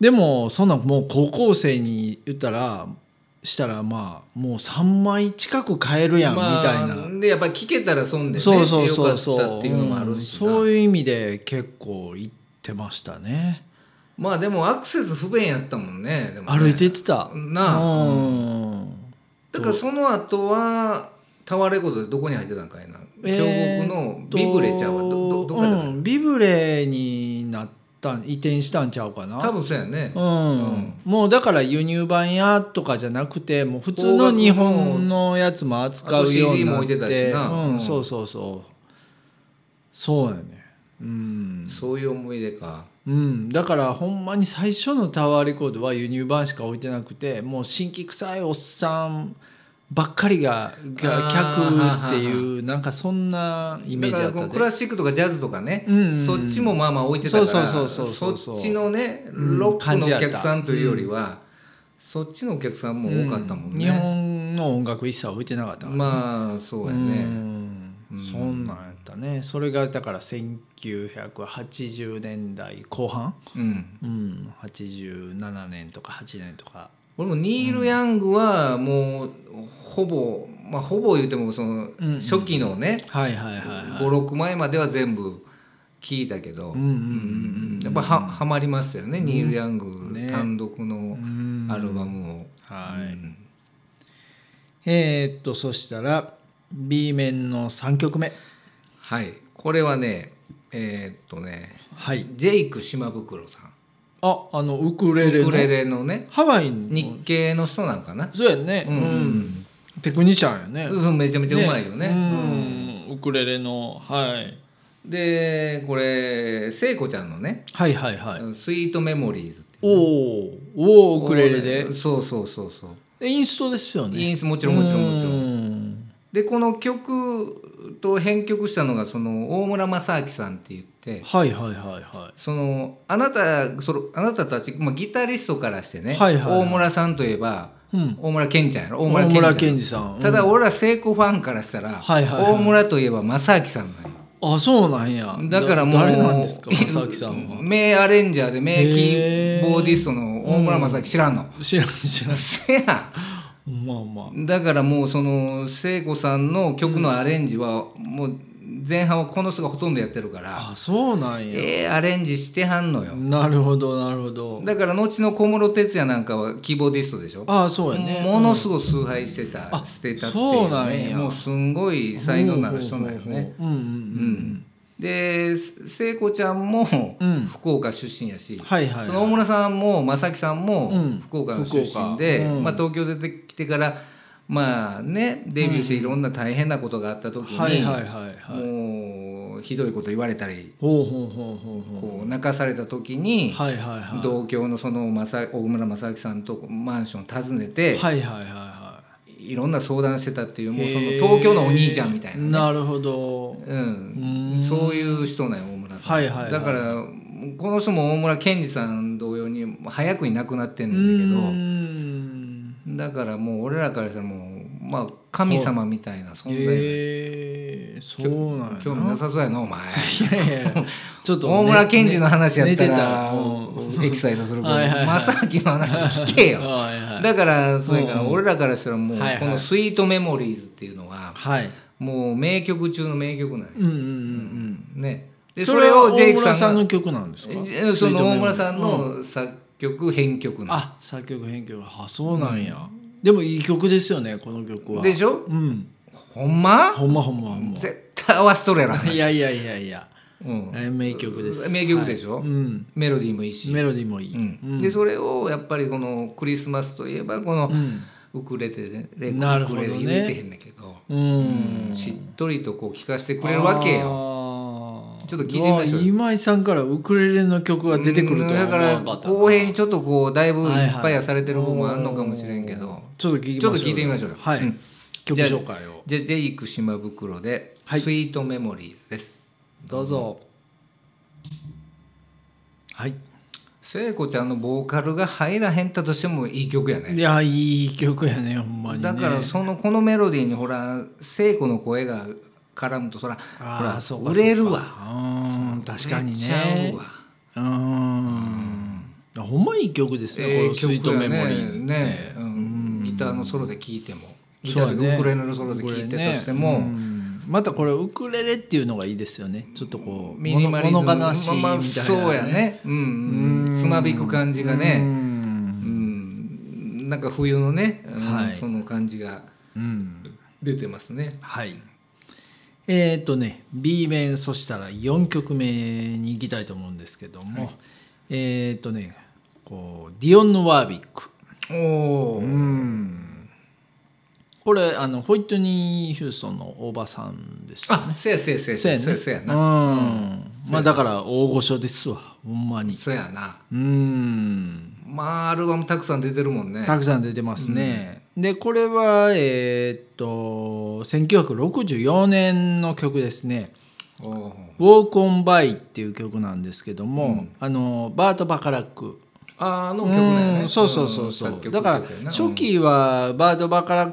Speaker 1: でもそんなもう高校生に言ったらしたらまあもう3枚近く買えるやんみ
Speaker 2: まあ
Speaker 1: たいな、
Speaker 2: でやっぱり聞けたら損でね
Speaker 1: そうそうそう
Speaker 2: よかっ
Speaker 1: そ
Speaker 2: たっ
Speaker 1: う、
Speaker 2: ていうのもあ
Speaker 1: う
Speaker 2: る
Speaker 1: ん
Speaker 2: しな、
Speaker 1: そういう意味で結構行ってましたね
Speaker 2: まあでもアクセス不便やったもんねでもね
Speaker 1: 歩いて行ってた
Speaker 2: なあ
Speaker 1: うん
Speaker 2: だからその後はタワーレコードでどこに入ってたんかいな
Speaker 1: え
Speaker 2: 京
Speaker 1: ー
Speaker 2: 極
Speaker 1: っと
Speaker 2: のビブレちゃうわどどどこやった
Speaker 1: う
Speaker 2: か
Speaker 1: んビブレになったん移転したんちゃうかな
Speaker 2: 多分そうやね
Speaker 1: うん
Speaker 2: うん
Speaker 1: もうだから輸入版やとかじゃなくてもう普通の日本のやつも扱うようになっ
Speaker 2: あと CD も置いてた
Speaker 1: て
Speaker 2: しな
Speaker 1: う、
Speaker 2: うんん
Speaker 1: そうそうそうそうやねうん、
Speaker 2: そういう思い出か
Speaker 1: うん、だからほんまに最初のタワーレコードは輸入版しか置いてなくてもう新規臭いおっさんばっかりがが客っていうなんかそんなイメージだ
Speaker 2: だ
Speaker 1: った
Speaker 2: からこう
Speaker 1: で
Speaker 2: クラシックとかジャズとかね、
Speaker 1: うんうんうん
Speaker 2: そっちもまあまあ置いてたから
Speaker 1: そうそうそうそうそう
Speaker 2: そっちのね
Speaker 1: うん
Speaker 2: ロック
Speaker 1: 感
Speaker 2: の
Speaker 1: じや
Speaker 2: お
Speaker 1: った
Speaker 2: 客さんというよりは、そっちのお客さんも多かったもん
Speaker 1: う
Speaker 2: ね、
Speaker 1: 日本の音楽一切置いてなかったから
Speaker 2: まあそうや
Speaker 1: う
Speaker 2: ね、
Speaker 1: ん
Speaker 2: うん
Speaker 1: そんなんやったねそれがだから1980年代後半、
Speaker 2: うん、
Speaker 1: うん、87年とか8年とか
Speaker 2: 俺もニール・ヤングはもうほぼまあほぼ言うてもその
Speaker 1: うんうん
Speaker 2: 初期のね、
Speaker 1: はいはいはいはい
Speaker 2: 56枚までは全部聞いたけど、
Speaker 1: うんうんうんうん
Speaker 2: やっぱははまりましたよね、ニール・ヤン
Speaker 1: ね
Speaker 2: グ単独の
Speaker 1: うん
Speaker 2: アルバムを、
Speaker 1: はい
Speaker 2: うん
Speaker 1: えーっとそしたら B 面の3曲目
Speaker 2: はいこれはねえーっとね
Speaker 1: はい
Speaker 2: ジェイク島袋さん
Speaker 1: ああのウクレレ
Speaker 2: ウ
Speaker 1: の
Speaker 2: クレレのね
Speaker 1: ハワイの
Speaker 2: 日系の人なんかな
Speaker 1: そうやね
Speaker 2: う
Speaker 1: うんん、
Speaker 2: うん
Speaker 1: テクニシャンやね
Speaker 2: うんめちゃめちゃうまいよね
Speaker 1: うん、ウクレレのはい
Speaker 2: うんでこれ聖子ちゃんのね
Speaker 1: はいはいはい、
Speaker 2: 「スイートメモリーズ」って
Speaker 1: おーおーウクレレで
Speaker 2: これそうそうそうそう
Speaker 1: でインストですよね
Speaker 2: イン
Speaker 1: ス
Speaker 2: スもちろんもちろんもちろん
Speaker 1: ん
Speaker 2: でこの曲と編曲したのがその大村正明さんって言って
Speaker 1: はいはいはいは
Speaker 2: そのあなたそのあなたたち、まあ、ギタリストからしてね、
Speaker 1: はいはいはい
Speaker 2: 大村さんといえば
Speaker 1: い、うん、
Speaker 2: 大村健ちゃんやろ
Speaker 1: 大
Speaker 2: 大村健
Speaker 1: 村
Speaker 2: ちゃん
Speaker 1: 健二さんうん
Speaker 2: ただ俺ら聖子ファンからしたら、
Speaker 1: はいはいはい
Speaker 2: 大村といえば正明さんなんよ
Speaker 1: あそうなんや
Speaker 2: だからもう
Speaker 1: 誰なんですか正木さんは
Speaker 2: 名アレンジャーで名キ
Speaker 1: へ
Speaker 2: ー
Speaker 1: ー
Speaker 2: ボーディストの大村正明知らんの、
Speaker 1: 知らん知らん
Speaker 2: せや
Speaker 1: まあま
Speaker 2: だからもうその聖子さんの曲のアレンジはもう前半はこの人がほとんどやってるから
Speaker 1: ああそうなんや
Speaker 2: ええアレンジしてはんのよ
Speaker 1: なるほどなるほど
Speaker 2: だから後の小室哲哉なんかはキーボーディストでしょ
Speaker 1: ああそうやね
Speaker 2: ものすごい崇拝してた、
Speaker 1: あ
Speaker 2: してたって
Speaker 1: そうなん
Speaker 2: ね
Speaker 1: や
Speaker 2: もうすんごい才能のある人なんよ
Speaker 1: ほ
Speaker 2: ね
Speaker 1: うほうほううん
Speaker 2: うんで聖子ちゃんも
Speaker 1: うん
Speaker 2: 福岡出身やし、
Speaker 1: うんはいはい
Speaker 2: その大村さんも正樹さんも
Speaker 1: うん
Speaker 2: 福岡の出身で、
Speaker 1: 福岡うん
Speaker 2: まあ、東京出てきてからまあねデビューしていろんな大変なことがあった時に、
Speaker 1: はいはいはいはい
Speaker 2: もうひどいこと言われたり
Speaker 1: ほうほうほうほうほ
Speaker 2: こう泣かされた時に
Speaker 1: う、はいはいはい
Speaker 2: 同郷のその正大村正明さんとマンションを訪ねて、、
Speaker 1: はいはいはいはい
Speaker 2: ろんな相談してたってい
Speaker 1: いう
Speaker 2: もうその東京のお兄ちゃんみたいなね、
Speaker 1: なるほど
Speaker 2: うん
Speaker 1: うーん
Speaker 2: そういう人なんよ大村さん、
Speaker 1: はいはいはい
Speaker 2: だからこの人も大村健二さん同様に早くに亡くなって
Speaker 1: うんー
Speaker 2: だ
Speaker 1: ん
Speaker 2: けどだからもう俺らからしたらもう、まあ、神様みたいな存在、
Speaker 1: ええそうなんや
Speaker 2: 興味なさそうやなお前
Speaker 1: いやいやちょっと
Speaker 2: 大村健二の話やった
Speaker 1: 寝て
Speaker 2: ら
Speaker 1: たうん
Speaker 2: エキサイトするけど
Speaker 1: はいはいはい
Speaker 2: 正明の話も聞けよ
Speaker 1: はいはい
Speaker 2: だからそうやから
Speaker 1: うんうん
Speaker 2: 俺らからしたらもう
Speaker 1: はいはい
Speaker 2: この「スイートメモリーズ」っていうのは
Speaker 1: はい
Speaker 2: もう名曲中の名曲なんよ
Speaker 1: うんうんうんうん
Speaker 2: ね
Speaker 1: で
Speaker 2: でそれをジェイク
Speaker 1: 大村
Speaker 2: さ
Speaker 1: さ
Speaker 2: ん
Speaker 1: ん
Speaker 2: が
Speaker 1: の曲なんですか
Speaker 2: じゃあその大村さん
Speaker 1: うん
Speaker 2: の作曲編曲な
Speaker 1: あ作曲編曲あそうなんや、でもいい曲ですよねこの曲
Speaker 2: の
Speaker 1: は
Speaker 2: でしょ
Speaker 1: うん
Speaker 2: ほんま
Speaker 1: ほんまほんまほんま
Speaker 2: 絶対合わせと るやろ、
Speaker 1: いやいやいやいや
Speaker 2: うん
Speaker 1: あ、れ名曲です
Speaker 2: 名曲でしょ
Speaker 1: はいうん
Speaker 2: メロディーもいいし、
Speaker 1: メロディーもいい、
Speaker 2: うん
Speaker 1: うん
Speaker 2: でそれをやっぱりこのクリスマスといえばこの
Speaker 1: うん
Speaker 2: ウクレレレ
Speaker 1: なるほどね
Speaker 2: ウクレレ言うてへんねんけど、
Speaker 1: うん
Speaker 2: しっとりとこう聴かせてくれるわけよ
Speaker 1: よ
Speaker 2: ちょっと聞いてみましょうよ
Speaker 1: 今井さんからウクレレの曲が出てくるとは
Speaker 2: だ
Speaker 1: 思
Speaker 2: か
Speaker 1: わな
Speaker 2: ら
Speaker 1: かったな
Speaker 2: 公平にちょっとこうだいぶ
Speaker 1: はい
Speaker 2: イ
Speaker 1: は
Speaker 2: ン
Speaker 1: い
Speaker 2: スパイアされてる部分もあるのかもしれんけど、
Speaker 1: ちょっと聞い
Speaker 2: ち
Speaker 1: て
Speaker 2: ょっ
Speaker 1: みましょう
Speaker 2: と聞いてみましょうよ
Speaker 1: はい、
Speaker 2: うん
Speaker 1: 曲紹介を
Speaker 2: じゃあジェイク島袋で「
Speaker 1: はい
Speaker 2: スイートメモリーズ」です
Speaker 1: どうぞはい
Speaker 2: 聖子ちゃんのボーカルが入らへんたとしてもいい曲や
Speaker 1: い
Speaker 2: ね
Speaker 1: やいい曲やねほんまに、ね、
Speaker 2: だからそのこのメロディーにほら聖子の声が絡むとそら
Speaker 1: あー
Speaker 2: ほら
Speaker 1: そうか
Speaker 2: 売れるわ
Speaker 1: うん確かに
Speaker 2: 売れちゃ
Speaker 1: ね
Speaker 2: うわ
Speaker 1: うーんあほんまいい曲ですね、
Speaker 2: ええ
Speaker 1: この「スイート
Speaker 2: 曲
Speaker 1: メ
Speaker 2: や
Speaker 1: モリーズ」
Speaker 2: ねね、うん、ギターのソロで聴いてもギター
Speaker 1: そうや
Speaker 2: で
Speaker 1: ね
Speaker 2: ウクレレのソロで聴いてたとして
Speaker 1: う
Speaker 2: も
Speaker 1: んまたこれウクレレっていうのがいいですよねちょっとこう
Speaker 2: ミニマリズム
Speaker 1: 物物悲しいみたいな、
Speaker 2: まあまあそうやねうんうんつまびく感じがね
Speaker 1: うん
Speaker 2: うんなんか冬のね、うん
Speaker 1: はい
Speaker 2: その感じが
Speaker 1: うん
Speaker 2: 出てますね。
Speaker 1: はいえーっとね B 面そしたら4曲目に行きたいと思うんですけども、えーっとねこうディオンヌ・ワービック
Speaker 2: おお、
Speaker 1: うんこれあのホイットニー・ヒューストンのおばさんですよ
Speaker 2: あ
Speaker 1: ね。
Speaker 2: せやせやせやせやせやせや
Speaker 1: う
Speaker 2: な、
Speaker 1: ん。まあだから大御所ですわほんまに。
Speaker 2: せやな。
Speaker 1: うん。
Speaker 2: まあアルバムたくさん出てるもんね。
Speaker 1: たくさん出てますね。でこれはえーっと1964年の曲ですね。
Speaker 2: おお
Speaker 1: 「Walk on By」っていう曲なんですけども、
Speaker 2: うん
Speaker 1: あのバート・バカラック
Speaker 2: あの曲だよ
Speaker 1: う
Speaker 2: ね。
Speaker 1: んそうそうそうそ
Speaker 2: ん作
Speaker 1: う
Speaker 2: 曲
Speaker 1: だから
Speaker 2: 曲やな
Speaker 1: 初期はバード・バカラッ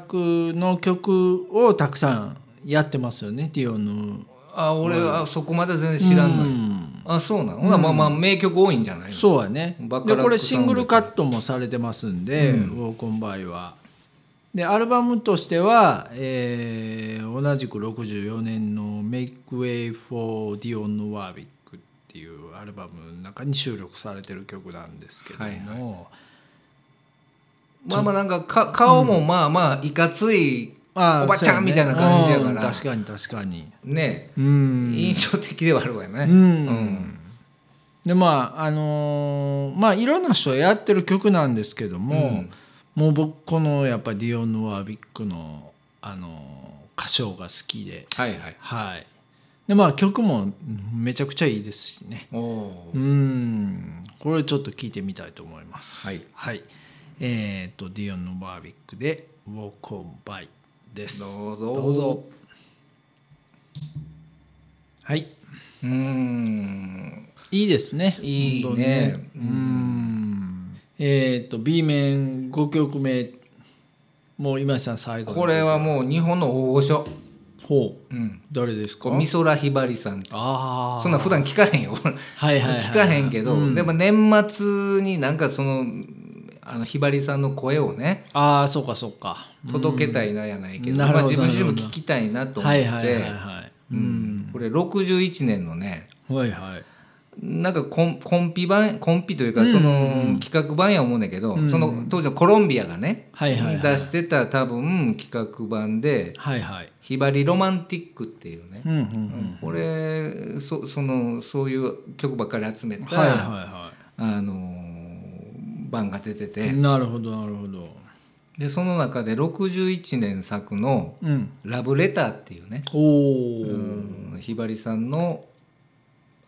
Speaker 1: クの曲をたくさんやってますよねディオンの
Speaker 2: あ俺はそこまで全然知らんのよ。
Speaker 1: うん
Speaker 2: あそうなの。ほなまあまあ名曲多いんじゃないの。
Speaker 1: そうやね
Speaker 2: バカラ
Speaker 1: で
Speaker 2: ック
Speaker 1: これ
Speaker 2: サ
Speaker 1: シ
Speaker 2: ウン
Speaker 1: ン
Speaker 2: ド
Speaker 1: グルカットもされてますんで「
Speaker 2: うん
Speaker 1: ウォーコンバイ」は。でアルバムとしては、えー同じく64年の「Make Way for Dionne Warwick」っていうアルバムの中に収録されてる曲なんですけども、
Speaker 2: はいはまあまあなんかか顔もまあまあいかつい
Speaker 1: あー
Speaker 2: おばちゃん
Speaker 1: そう
Speaker 2: みたいな感じやから
Speaker 1: うん確かに確かに
Speaker 2: ね
Speaker 1: うん
Speaker 2: 印象的ではあるわよね、
Speaker 1: うんでまああのーまあいろんな人がやってる曲なんですけども、もう僕このやっぱりディオン・ヌワービックの、あのー歌唱が好きで
Speaker 2: はいはい
Speaker 1: はいでまあ曲もめちゃくちゃいいですしね
Speaker 2: おお
Speaker 1: う
Speaker 2: ー、
Speaker 1: んこれちょっと聞いてみたいと思います
Speaker 2: はい
Speaker 1: はいえっ、とディオン・ヌワービックで「Walk on by」です
Speaker 2: どうぞ
Speaker 1: どうぞはい
Speaker 2: うん
Speaker 1: いいですね。
Speaker 2: いいね
Speaker 1: 本当にうん。えっ、と B 面5曲目もう今井さん最後の曲
Speaker 2: これはもう日本の大御所、
Speaker 1: ほう
Speaker 2: うん、
Speaker 1: 誰ですか
Speaker 2: こう美空ひばりさん
Speaker 1: ああ
Speaker 2: そんな普段聞かへんよ
Speaker 1: はいはいはい
Speaker 2: 聞かへんけど、
Speaker 1: うん
Speaker 2: でも年末になんかそのあのひばりさんの声をね
Speaker 1: ああそうかそうか
Speaker 2: 届けたいなやないけ
Speaker 1: うん
Speaker 2: ど,、
Speaker 1: なるほ
Speaker 2: まあ、
Speaker 1: ど
Speaker 2: 自分自身も
Speaker 1: なるほど
Speaker 2: 聞きたいなと思っ
Speaker 1: は
Speaker 2: て、
Speaker 1: いはいはいはい
Speaker 2: うんこれ61年のね
Speaker 1: はいはい
Speaker 2: なんかコンコンピ版コンピというかその企画版や思うねんだけど、
Speaker 1: うん
Speaker 2: その当時のコロンビアがね、
Speaker 1: はいはいはい
Speaker 2: 出してた多分企画版で
Speaker 1: はいはい
Speaker 2: 「ひばりロマンティック」っていうね
Speaker 1: う、んうんう
Speaker 2: うん
Speaker 1: ん
Speaker 2: これそそのそういう曲ばっかり集めた、
Speaker 1: はいは
Speaker 2: あのー版が出て
Speaker 1: いは
Speaker 2: て、
Speaker 1: いなるほどなるほど
Speaker 2: でその中で61年作の
Speaker 1: うん
Speaker 2: 「ラブレター」っていうね、
Speaker 1: おお
Speaker 2: うんひばりさんの、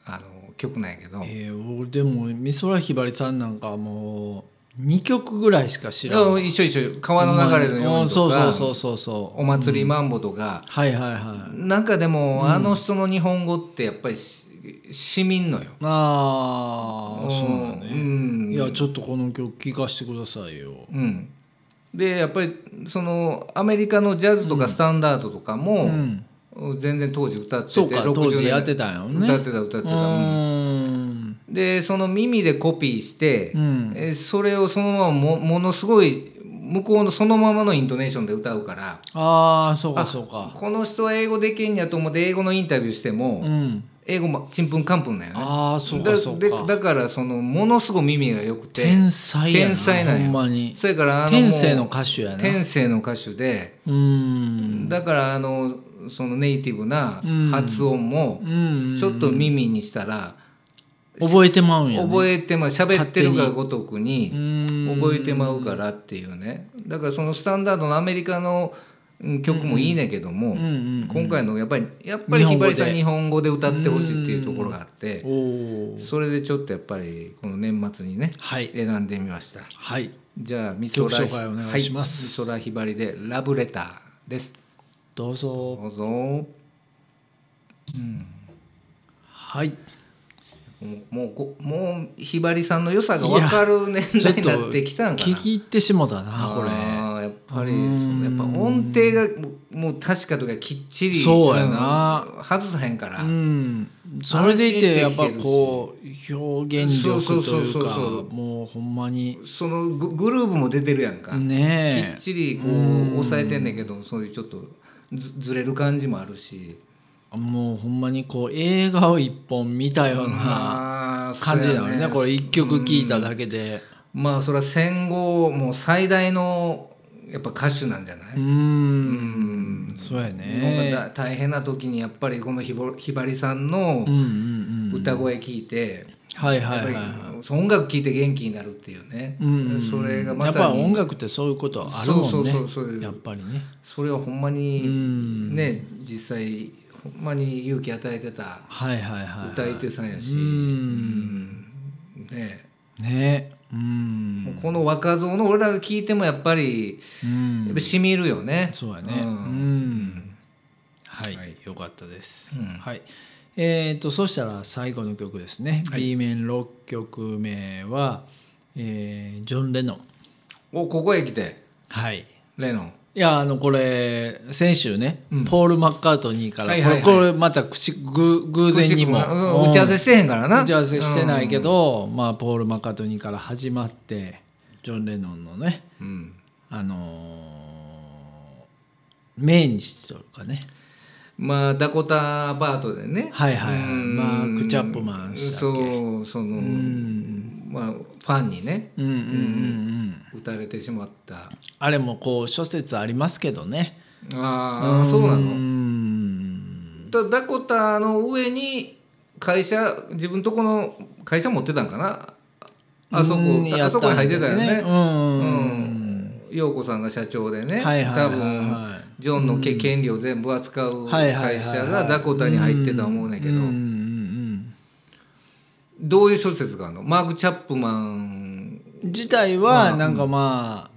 Speaker 2: あの曲なんやけど、
Speaker 1: えー、俺でも美空ひばりさんなんかもう2曲ぐらいしか知らん
Speaker 2: うん一緒一緒川の流れのようにと
Speaker 1: う
Speaker 2: か
Speaker 1: んそうそうそうそうそう
Speaker 2: お祭りマンボとか、
Speaker 1: はいはいはい
Speaker 2: なんかでも、あの人の日本語ってやっぱりししみんのよ。
Speaker 1: ああそうだ
Speaker 2: う
Speaker 1: ね、
Speaker 2: ん
Speaker 1: いやちょっとこの曲聴かせてくださいよ
Speaker 2: うん、でやっぱりそのアメリカのジャズとかスタンダードとかも、
Speaker 1: うん
Speaker 2: 全然当時歌ってて
Speaker 1: そうか
Speaker 2: 60
Speaker 1: 当時
Speaker 2: 年代
Speaker 1: やってたんよね
Speaker 2: 歌ってた歌ってた、
Speaker 1: う
Speaker 2: うん
Speaker 1: ーん
Speaker 2: でその耳でコピーして、
Speaker 1: うん
Speaker 2: えそれをそのままもものすごい向こうのそのままのイントネーションで歌うから
Speaker 1: ああそうかそうか
Speaker 2: この人は英語できんやと思って英語のインタビューしても、
Speaker 1: うん
Speaker 2: 英語もちんぷんかんぷんなんよね
Speaker 1: ああそうかそう
Speaker 2: だ
Speaker 1: か
Speaker 2: でだからそのものすごい耳が良くて
Speaker 1: 天才やな
Speaker 2: 天才なんよ
Speaker 1: ほんまに
Speaker 2: それからあの
Speaker 1: 天性の
Speaker 2: も
Speaker 1: 歌手や
Speaker 2: う
Speaker 1: な
Speaker 2: 天性の歌手で、
Speaker 1: うーん
Speaker 2: だからあのそのネイティブな
Speaker 1: うん
Speaker 2: 発音も
Speaker 1: うん
Speaker 2: ちょっと耳にしたら
Speaker 1: 覚えてまうんや、ね、
Speaker 2: 覚えてまう喋ってるがごとく
Speaker 1: う
Speaker 2: に
Speaker 1: ーん
Speaker 2: 覚えてまうからっていうねだからそのスタンダードのアメリカのうん曲もいいねんけども、
Speaker 1: うんうん
Speaker 2: 今回のやっぱりやっぱりひばりさん日本語で歌ってほしいっていうところがあって
Speaker 1: おお
Speaker 2: それでちょっとやっぱりこの年末にね
Speaker 1: はい
Speaker 2: 選んでみました
Speaker 1: はい
Speaker 2: じゃあ美
Speaker 1: 曲紹介お願いします
Speaker 2: はい、美空ひばりでラブレターです
Speaker 1: どうぞ
Speaker 2: どうぞも
Speaker 1: はい。
Speaker 2: うもうこもうひばりさんの良さが分かる年代になってきたんかな
Speaker 1: 聞き入ってしもたなこれ。
Speaker 2: あーやっぱりそのやっぱ音程がもうもう確かとかきっちり
Speaker 1: そうやな
Speaker 2: うん外さへんから、
Speaker 1: うん。それでいてや
Speaker 2: 安
Speaker 1: っ
Speaker 2: 心して
Speaker 1: ぱ
Speaker 2: 聞けるし
Speaker 1: こう表現力という
Speaker 2: そうそうそう
Speaker 1: か
Speaker 2: そうそう
Speaker 1: もうほんまに
Speaker 2: そのググルーブも出てるやんか、き
Speaker 1: ね
Speaker 2: っ
Speaker 1: え。
Speaker 2: ちりこう抑えてんねんけどそういうちょっとずずれる感じもあるし
Speaker 1: もうほんまにこう映画を一本見たような
Speaker 2: まあ
Speaker 1: 感じだよ
Speaker 2: そうや
Speaker 1: ね。これ一曲聴いただけで。
Speaker 2: まあそれは戦後もう最大のやっぱ歌手なんじゃない、
Speaker 1: うーん。そうや
Speaker 2: 日本
Speaker 1: ね。
Speaker 2: がだ大変な時にやっぱりこのひぼひばりさんの
Speaker 1: うんうんうん。
Speaker 2: 歌声聞いて、
Speaker 1: はいはい
Speaker 2: や
Speaker 1: は
Speaker 2: っぱ
Speaker 1: い
Speaker 2: り
Speaker 1: はい。
Speaker 2: 音楽聴いて元気になるっていうね、
Speaker 1: うんうんうん
Speaker 2: それがま
Speaker 1: やっ
Speaker 2: さ
Speaker 1: ぱ音
Speaker 2: に
Speaker 1: 楽ってそういうことあるもんね
Speaker 2: そうそうそうそういう
Speaker 1: やっぱりね
Speaker 2: それをほんまにね実際ほんまに勇気与えてた
Speaker 1: はいはいはい
Speaker 2: 歌い手さんやし、
Speaker 1: う
Speaker 2: うんね
Speaker 1: ねうん
Speaker 2: もうこの若造の俺らが聴いてもやっぱり
Speaker 1: うん
Speaker 2: やっぱしみるよね。
Speaker 1: そうやね。う。
Speaker 2: うんん
Speaker 1: はい、
Speaker 2: はい
Speaker 1: よかったです。
Speaker 2: うん
Speaker 1: はい。えっ、と、そしたら最後の曲ですね。
Speaker 2: はい
Speaker 1: B 面6曲目は、えージョン・レノン。
Speaker 2: おここへ来て
Speaker 1: はい。
Speaker 2: レノン。
Speaker 1: いやあのこれ先週ね、
Speaker 2: うん
Speaker 1: ポール・マッカートニーから、
Speaker 2: はいはいはい
Speaker 1: これこれまたくしぐ偶然にも、
Speaker 2: うん打ち合わせしてへんからな
Speaker 1: 打ち合わせしてないけ、ど、まあ、ポール・マッカートニーから始まってジョン・レノンのね、
Speaker 2: うんうん
Speaker 1: あのー、命日というかね
Speaker 2: まあダコタバートでね
Speaker 1: はいはいはい
Speaker 2: うん
Speaker 1: マークチャップマンでしたっけ
Speaker 2: そうそのまあファンにね
Speaker 1: うんうんうんうん
Speaker 2: 打たれてしまった
Speaker 1: あれもこう諸説ありますけどね、
Speaker 2: ああそうな
Speaker 1: ー
Speaker 2: の
Speaker 1: ん
Speaker 2: だダコタの上に会社自分とこの会社持ってたんかなああそこ
Speaker 1: うん
Speaker 2: あそこに入ってたよ
Speaker 1: や
Speaker 2: ね
Speaker 1: っんだ
Speaker 2: う
Speaker 1: よね
Speaker 2: ん陽子さんが社長で
Speaker 1: う
Speaker 2: ね
Speaker 1: んはいはいは
Speaker 2: 多
Speaker 1: い
Speaker 2: 分
Speaker 1: はい
Speaker 2: ジョンのけ権利を全部扱う
Speaker 1: はいはいはい
Speaker 2: 会社がダコタに入ってたと思うねんけど
Speaker 1: んうん
Speaker 2: どういう諸説があるのマーク・チャップマン
Speaker 1: うん自体はなんかま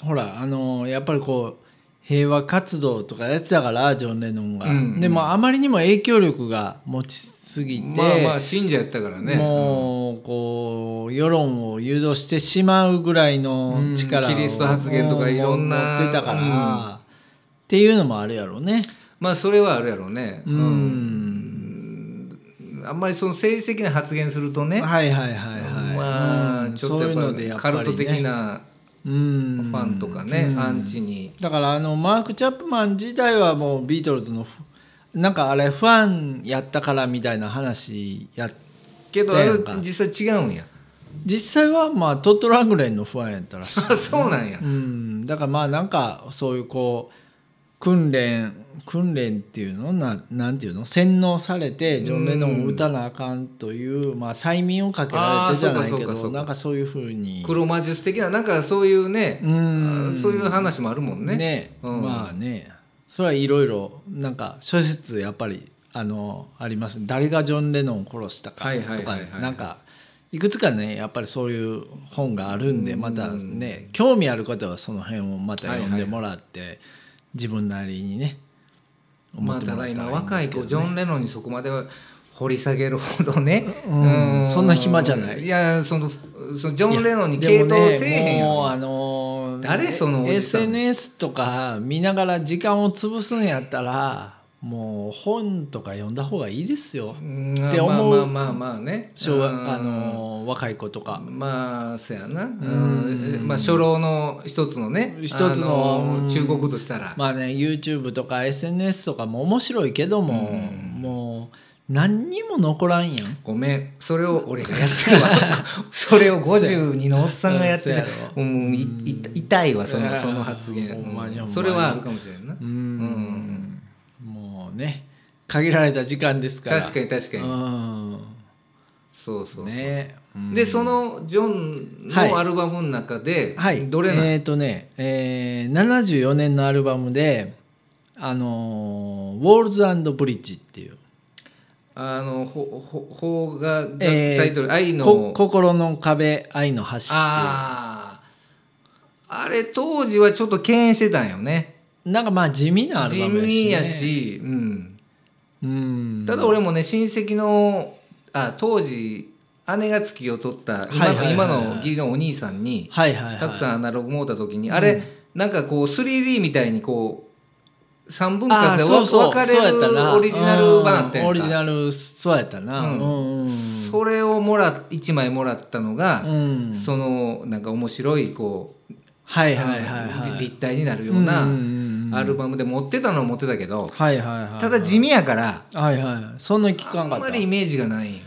Speaker 1: あ、ほらあのやっぱりこう平和活動とかやってたからジョン・レノンが、
Speaker 2: うんうん
Speaker 1: でもあまりにも影響力が持ちすぎて、
Speaker 2: まあまあ信者やったからね
Speaker 1: もうこう世論を誘導してしまうぐらいの力を、
Speaker 2: うんキリスト発言とかいろんな
Speaker 1: 持ってたから、
Speaker 2: うん
Speaker 1: っていうのもあるやろうね。
Speaker 2: まあそれはあるやろうね、
Speaker 1: うん
Speaker 2: うんあんまりその政治的な発言するとね、
Speaker 1: はいはいはいはい。
Speaker 2: まあ
Speaker 1: うん
Speaker 2: ちょっとや
Speaker 1: そう
Speaker 2: っ
Speaker 1: い
Speaker 2: ぱ
Speaker 1: うのでやっぱ
Speaker 2: カ
Speaker 1: り、ね、
Speaker 2: ルト的な
Speaker 1: うん
Speaker 2: ファンとかね、
Speaker 1: うん
Speaker 2: アンチに
Speaker 1: だからあのマーク・チャップマン自体はもうビートルズのフなんかあれファンやったからみたいな話や
Speaker 2: けどあ
Speaker 1: な
Speaker 2: れ
Speaker 1: んか
Speaker 2: 実際違うんや
Speaker 1: 実際はまあトット・ラングレンのファンやったらしい。
Speaker 2: あ そうなんや、
Speaker 1: うん、だからまあなんかそういうこう訓練訓練っていうのななんていうの洗脳されてジョン・レノンを打たなあかんという、まあ、催眠をかけられてじゃないけ
Speaker 2: あーそうかそうかそ
Speaker 1: ど
Speaker 2: うか
Speaker 1: なんかそういうふうに
Speaker 2: 黒魔術的ななんかそういうね、
Speaker 1: うん
Speaker 2: あそういう話もあるもんね
Speaker 1: ね
Speaker 2: うん
Speaker 1: まあねそれはいろいろなんか諸説やっぱりあのあります誰がジョン・レノンを殺したか
Speaker 2: はいはい
Speaker 1: と
Speaker 2: は
Speaker 1: か
Speaker 2: いはい
Speaker 1: なんかいくつかねやっぱりそういう本があるんでまたね興味ある方はその辺をまた読んでもらって自分なりにね
Speaker 2: まあただ今
Speaker 1: らったら
Speaker 2: 若
Speaker 1: いい
Speaker 2: い
Speaker 1: んですけ
Speaker 2: 子
Speaker 1: ど
Speaker 2: ジョン・レノンにそこまでは掘り下げるほどね、
Speaker 1: うんそんな暇じゃない
Speaker 2: いやそのそのジョン・レノンに
Speaker 1: いや
Speaker 2: 傾
Speaker 1: でも
Speaker 2: 倒
Speaker 1: ね
Speaker 2: せえへんや
Speaker 1: もう
Speaker 2: ろ
Speaker 1: あのー
Speaker 2: 誰そのおじさん
Speaker 1: SNS とか見ながら時間を潰すんやったらもう本とか読んだ方がいいですよ
Speaker 2: うん
Speaker 1: って思う
Speaker 2: まあまあまあまあね
Speaker 1: 昭和
Speaker 2: うん
Speaker 1: あのー若い子とか
Speaker 2: まあそうやな、うんまあ、初老の一つのね
Speaker 1: 一つの
Speaker 2: あ
Speaker 1: うん
Speaker 2: 中国としたら、
Speaker 1: まあね YouTube とか SNS とかも面白いけども、もう何にも残らんやん。
Speaker 2: ごめんそれを俺がやって るわそれを52のおっさんがやってる
Speaker 1: う
Speaker 2: うんいい痛いわそ
Speaker 1: い
Speaker 2: の
Speaker 1: や
Speaker 2: その発言
Speaker 1: ほんまに
Speaker 2: う
Speaker 1: ほんま
Speaker 2: ん
Speaker 1: に
Speaker 2: それはあるかもしれんな、
Speaker 1: う
Speaker 2: うん
Speaker 1: ん、もうね限られた時間ですから。
Speaker 2: 確かに確かに、そう
Speaker 1: う
Speaker 2: そ
Speaker 1: ん
Speaker 2: う、
Speaker 1: ね、うん
Speaker 2: でそのジョン
Speaker 1: はい
Speaker 2: のアルバムの中で、
Speaker 1: はい、
Speaker 2: どれなん、
Speaker 1: えっ、とね、えー、74年のアルバムで「あのー、ウォールズブリッジ」っていう
Speaker 2: あのほほ邦画がタ
Speaker 1: えー
Speaker 2: イトル「愛
Speaker 1: 「
Speaker 2: の」
Speaker 1: こ心の壁愛の橋」ってい
Speaker 2: あああれ当時はちょっと敬遠してたんよね
Speaker 1: うなんかまあ地味なアル
Speaker 2: 地
Speaker 1: バムやし、ね、
Speaker 2: 味やし、うん、
Speaker 1: うん
Speaker 2: ただ俺もね親戚のあ当時姉が月を取った今
Speaker 1: はいはいはいは
Speaker 2: の
Speaker 1: い
Speaker 2: 今の義理のお兄さんに
Speaker 1: はいはいはい、
Speaker 2: たくさんアナログ持った時に
Speaker 1: うん
Speaker 2: あれなんかこう 3D みたいにこう3分
Speaker 1: あ
Speaker 2: 割
Speaker 1: ー
Speaker 2: で
Speaker 1: そう
Speaker 2: 分
Speaker 1: そう
Speaker 2: 分かれ
Speaker 1: そうやった
Speaker 2: る
Speaker 1: な
Speaker 2: オリジナル版あった
Speaker 1: うん
Speaker 2: や
Speaker 1: オ
Speaker 2: ん
Speaker 1: リジ
Speaker 2: か
Speaker 1: ナルそうやったな
Speaker 2: うん
Speaker 1: うんうん
Speaker 2: それをもら1枚もらったのが
Speaker 1: うん
Speaker 2: そのなんか面白いこう
Speaker 1: はいはいはいはい
Speaker 2: 立体になるような
Speaker 1: うんうんうん
Speaker 2: アルバムで持ってたのは持ってたけど
Speaker 1: はいはいはい
Speaker 2: ただ地味やから
Speaker 1: はいはいそんなに聞
Speaker 2: あ
Speaker 1: か
Speaker 2: ん
Speaker 1: んかった
Speaker 2: まりイメージがないんよ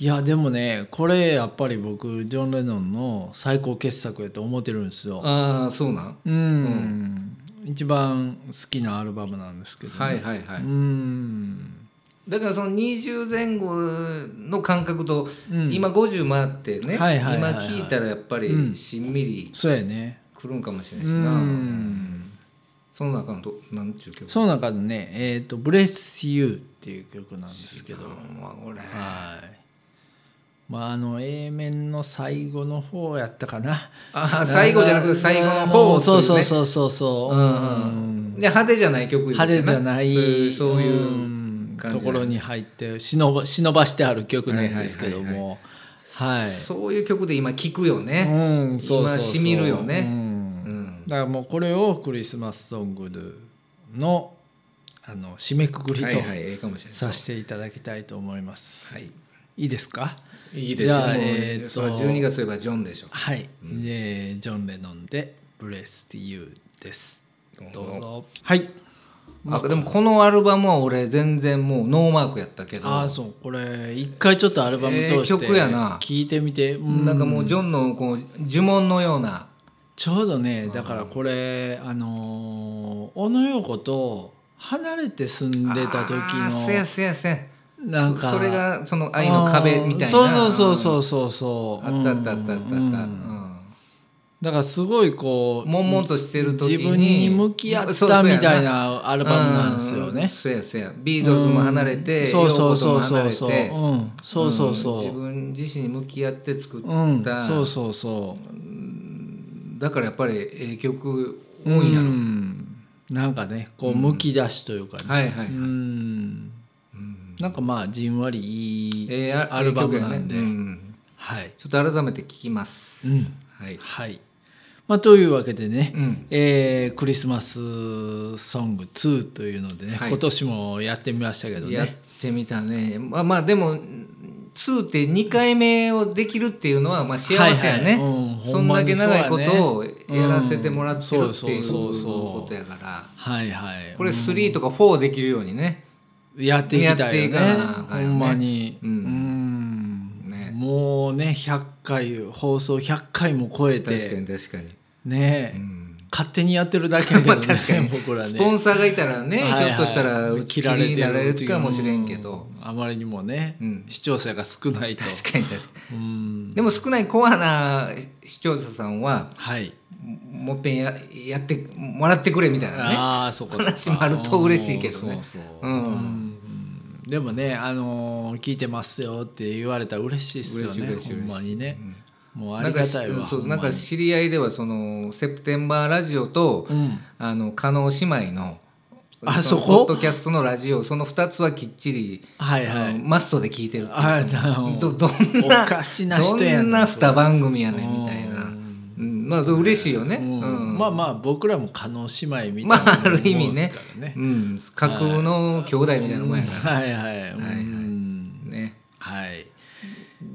Speaker 1: いやでもねこれやっぱり僕ジョン・レノンの最高傑作やと思ってるんですよ。
Speaker 2: ああそうなん
Speaker 1: うん、一番好きなアルバムなんですけどね、
Speaker 2: はいはいはい
Speaker 1: うん
Speaker 2: だからその20前後の感覚と
Speaker 1: うん
Speaker 2: 今50回ってね
Speaker 1: は
Speaker 2: 今
Speaker 1: いはいはいはい
Speaker 2: 聞いたらやっぱ
Speaker 1: うん
Speaker 2: りしんみり
Speaker 1: そうやね。
Speaker 2: くるんかもしれな
Speaker 1: う
Speaker 2: いしなんその中のどなんちゅう曲
Speaker 1: その中でね「えー、と Bless You」っていう曲なんですけど
Speaker 2: まあ俺
Speaker 1: はいまああの A 面の最後の方やったかな
Speaker 2: あー最後じゃなくて最後の
Speaker 1: うん
Speaker 2: 方ってい
Speaker 1: そうそう
Speaker 2: ね
Speaker 1: そうそうそううん
Speaker 2: で派手じゃない曲言うてな
Speaker 1: 派手じゃない
Speaker 2: そういうそういう
Speaker 1: うん
Speaker 2: 感じ
Speaker 1: ところに入って忍ば忍ばしてある曲なんですけどもはい
Speaker 2: そういう曲で今聞くよね
Speaker 1: うんそうそうそう
Speaker 2: 今しみるよね
Speaker 1: うん
Speaker 2: うん
Speaker 1: だからもうこれをクリスマスソングのあの締めくくり
Speaker 2: は
Speaker 1: と
Speaker 2: いはいええかもしれない
Speaker 1: させていただきたいと思います
Speaker 2: はい
Speaker 1: いいですか
Speaker 2: いいです
Speaker 1: じ
Speaker 2: よ
Speaker 1: ゃあ
Speaker 2: もう
Speaker 1: えーと
Speaker 2: それは12月といえばジョンでしょ
Speaker 1: はい、えージョン・レノンで「Blessed You」ですどうぞはい
Speaker 2: あでもこのアルバムは俺全然もうノーマークやったけど
Speaker 1: ああそうこれ一回ちょっとアルバム通して
Speaker 2: ええ曲やな
Speaker 1: 聞いてみて、うん
Speaker 2: なんかもうジョンのこう呪文のような
Speaker 1: ちょうどね
Speaker 2: うん
Speaker 1: だからこれあのー小野陽子と離れて住んでた時
Speaker 2: あーせや
Speaker 1: の
Speaker 2: せやせや
Speaker 1: なんか
Speaker 2: そそれがその愛の壁みたいな
Speaker 1: そうそうそうそうそうそう
Speaker 2: あったあったあったあったあった、う
Speaker 1: うん
Speaker 2: ん
Speaker 1: だからすごいこう
Speaker 2: 悶々としてる時に
Speaker 1: 自分に向き合っ
Speaker 2: そうそうや
Speaker 1: た
Speaker 2: な
Speaker 1: みたいなアルバムなんですよ
Speaker 2: うん
Speaker 1: ね。
Speaker 2: そうやそうやビートルズも離れ
Speaker 1: う
Speaker 2: て、
Speaker 1: ん
Speaker 2: ヨ
Speaker 1: そ
Speaker 2: ー
Speaker 1: う
Speaker 2: コ
Speaker 1: そう
Speaker 2: と
Speaker 1: そ
Speaker 2: も
Speaker 1: う
Speaker 2: 離
Speaker 1: そ
Speaker 2: れ
Speaker 1: う
Speaker 2: て
Speaker 1: そう、うん、そうそうそう、
Speaker 2: ん自分自身に向き合って作った、
Speaker 1: うん、そうそうそう
Speaker 2: だからやっぱりええ曲多
Speaker 1: う
Speaker 2: いんやろ、
Speaker 1: んなんかねこうむき出しというかね、
Speaker 2: はいはいはい、
Speaker 1: うん
Speaker 2: うん
Speaker 1: なんかまあじんわりいい、
Speaker 2: ええあ
Speaker 1: アルバムなんで
Speaker 2: ええ曲やねうん
Speaker 1: はい
Speaker 2: ちょっと改めて聞きます、
Speaker 1: うん
Speaker 2: はい、
Speaker 1: はいまあというわけでね、
Speaker 2: うん、
Speaker 1: えークリスマスソング2というのでね、
Speaker 2: はい
Speaker 1: 今年もやってみましたけど
Speaker 2: やっ
Speaker 1: ね
Speaker 2: てみたねまあまあでも2って2回目をできるっていうのはまあ幸せや
Speaker 1: はい
Speaker 2: ね、
Speaker 1: はいうん
Speaker 2: そんだけ長いことをやらせてもらってる
Speaker 1: うん
Speaker 2: っていう
Speaker 1: そうそうそうそう
Speaker 2: ことやから
Speaker 1: はいはい
Speaker 2: これ3とか4できるようにね、
Speaker 1: やっていきたいよね
Speaker 2: やっていかなあかん
Speaker 1: ほ
Speaker 2: よね
Speaker 1: んまに、
Speaker 2: うん
Speaker 1: うん
Speaker 2: ね
Speaker 1: もうね100回放送100回も超え
Speaker 2: 確か
Speaker 1: て
Speaker 2: に確かに、
Speaker 1: ね、
Speaker 2: うん
Speaker 1: 勝手にやってるだけやけ
Speaker 2: ま
Speaker 1: ど
Speaker 2: あ
Speaker 1: ね
Speaker 2: 確かに
Speaker 1: 僕らね
Speaker 2: スポンサーがいたらね、
Speaker 1: はいはい
Speaker 2: ひょっとしたら打ち切りになられるかもしれんけど、
Speaker 1: うんあまりにもね、
Speaker 2: うん
Speaker 1: 視聴者が少ないと
Speaker 2: 確かに確かに
Speaker 1: うん
Speaker 2: でも少ないコアな視聴者さんは
Speaker 1: はい
Speaker 2: もっぺんややってもらってくれみたいなね
Speaker 1: ああそこそこ
Speaker 2: 話もあると嬉しいけど
Speaker 1: う
Speaker 2: ね
Speaker 1: んそうそう
Speaker 2: うん
Speaker 1: うんでもね、あのー聞いてますよって言われたら嬉しいですよ
Speaker 2: 嬉しい
Speaker 1: ね
Speaker 2: 嬉しい
Speaker 1: ほんまにね、もうあ
Speaker 2: な
Speaker 1: り
Speaker 2: んか
Speaker 1: がたいわ
Speaker 2: そう
Speaker 1: ほんま
Speaker 2: なん
Speaker 1: に
Speaker 2: か知り合いではそのセプテンバーラジオと、
Speaker 1: うん
Speaker 2: あの加納姉妹の
Speaker 1: あ
Speaker 2: その
Speaker 1: そこ
Speaker 2: ポッドキャストのラジオその2つはきっちり、
Speaker 1: はいはい
Speaker 2: あのマストで聞いてるっていう
Speaker 1: あ
Speaker 2: その
Speaker 1: なるほど
Speaker 2: どどんな
Speaker 1: おかしな人やな
Speaker 2: どんな2番組やねんみたいな、
Speaker 1: う
Speaker 2: うん、まあ嬉しいよね、
Speaker 1: うん
Speaker 2: うん
Speaker 1: まあまあ僕らも加納姉妹みたいな
Speaker 2: まあある意味
Speaker 1: もんです
Speaker 2: ね
Speaker 1: からね
Speaker 2: うん、架空の兄弟みたいなもんやか
Speaker 1: はいはい
Speaker 2: はいはい
Speaker 1: うん
Speaker 2: らね
Speaker 1: はい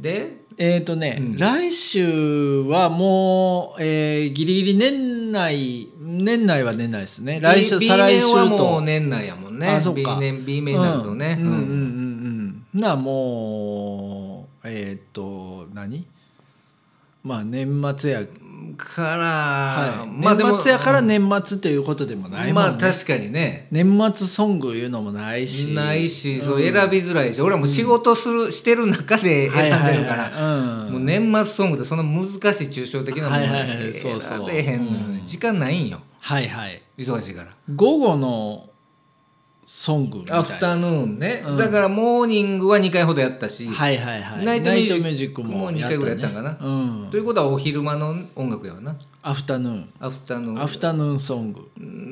Speaker 2: で
Speaker 1: えーとね、
Speaker 2: うん
Speaker 1: 来週はもう、えーギリギリ年内年内は年内ですね来週
Speaker 2: B-
Speaker 1: 再来週
Speaker 2: B 面はもう
Speaker 1: と
Speaker 2: 年内やもんね
Speaker 1: あそっ
Speaker 2: B
Speaker 1: か
Speaker 2: 面 B 面になるとね、
Speaker 1: うんうんうんうんなあもうえっ、と何まあ年末や、
Speaker 2: から、
Speaker 1: はい
Speaker 2: まあでも
Speaker 1: 年末やから年末ということでもないもん
Speaker 2: ま
Speaker 1: ね、
Speaker 2: あ確かにね
Speaker 1: 年末ソングいうのもないし
Speaker 2: ないし、そう
Speaker 1: うん
Speaker 2: 選びづらいし俺はもう仕事する、してる中で選んでるから、
Speaker 1: はいはいはいうん
Speaker 2: もう年末ソングってそんな難しい抽象的なもの
Speaker 1: はいはいはいそうそう
Speaker 2: 選べへんのよね、
Speaker 1: うん
Speaker 2: 時間ないんよ
Speaker 1: はいはい
Speaker 2: 忙しいから。
Speaker 1: 午後のソングみたいな
Speaker 2: アフタヌーンね、
Speaker 1: うん
Speaker 2: だからモーニングは2回ほどやったし、
Speaker 1: はいはいはい。
Speaker 2: ナイトミュージックも
Speaker 1: も
Speaker 2: 二
Speaker 1: やっ
Speaker 2: 回ぐらいやったん
Speaker 1: ね
Speaker 2: かな
Speaker 1: うん
Speaker 2: とい。うことはお昼間の音楽やわな
Speaker 1: アフタヌーン。
Speaker 2: アフタヌーン
Speaker 1: アフタヌーンソング。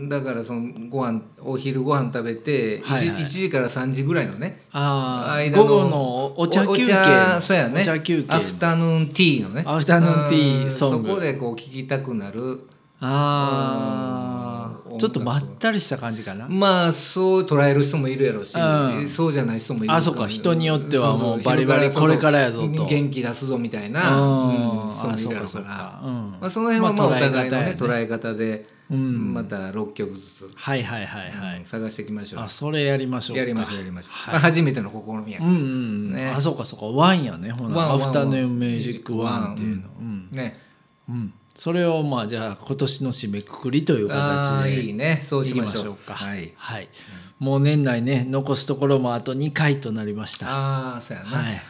Speaker 2: だからそのご飯お昼ご飯食べて 1,、
Speaker 1: はいはい
Speaker 2: 一時から3時ぐらいのね
Speaker 1: ああ、
Speaker 2: 間の
Speaker 1: 午後のお茶休
Speaker 2: お
Speaker 1: 憩
Speaker 2: 茶
Speaker 1: の。
Speaker 2: そうやね
Speaker 1: お茶休憩
Speaker 2: アフ
Speaker 1: の。
Speaker 2: タヌーンティーのね
Speaker 1: アフタヌーンティー
Speaker 2: うん
Speaker 1: ソング
Speaker 2: そこでこう聴きたくなる
Speaker 1: あ
Speaker 2: う
Speaker 1: あ。
Speaker 2: ん
Speaker 1: ちょっとまったりした感じかな。
Speaker 2: まあそう捉える人もいるやろし、
Speaker 1: うん
Speaker 2: そうじゃない人もいる
Speaker 1: あそうか人によってはもう
Speaker 2: そそ
Speaker 1: バリバリ
Speaker 2: 昼
Speaker 1: これからやぞと
Speaker 2: 元気出すぞみたいな、
Speaker 1: うん
Speaker 2: うん人もいるやろ
Speaker 1: あそうかそう
Speaker 2: から
Speaker 1: かうん
Speaker 2: まあ、その辺はまあお
Speaker 1: まあ捉え方
Speaker 2: 互いのね,、
Speaker 1: やね
Speaker 2: 捉え方で、
Speaker 1: うん
Speaker 2: また6曲ずつ、
Speaker 1: はいはいはいは
Speaker 2: うん
Speaker 1: い。
Speaker 2: 探していきましょう
Speaker 1: あ、それやりましょうか。
Speaker 2: やりましょうやりましょう、
Speaker 1: はい
Speaker 2: まあ初めての試みや
Speaker 1: うんうんうん。
Speaker 2: ね
Speaker 1: あ、そうかそうか。ワンやね。ほ
Speaker 2: ワン
Speaker 1: な、
Speaker 2: ワ
Speaker 1: ア
Speaker 2: ンワン
Speaker 1: フタヌーンミュージックワンっていうの。うん。
Speaker 2: ね
Speaker 1: うん。それをまあじゃあ今年の締めくくりという
Speaker 2: あ
Speaker 1: 形
Speaker 2: あ
Speaker 1: で
Speaker 2: いいねそうし
Speaker 1: 行き
Speaker 2: ま
Speaker 1: ま
Speaker 2: しょう
Speaker 1: しょうか。
Speaker 2: はい、
Speaker 1: はい。もう年内ね、残すところもあと2回となりました。
Speaker 2: ああそうやな、
Speaker 1: はい。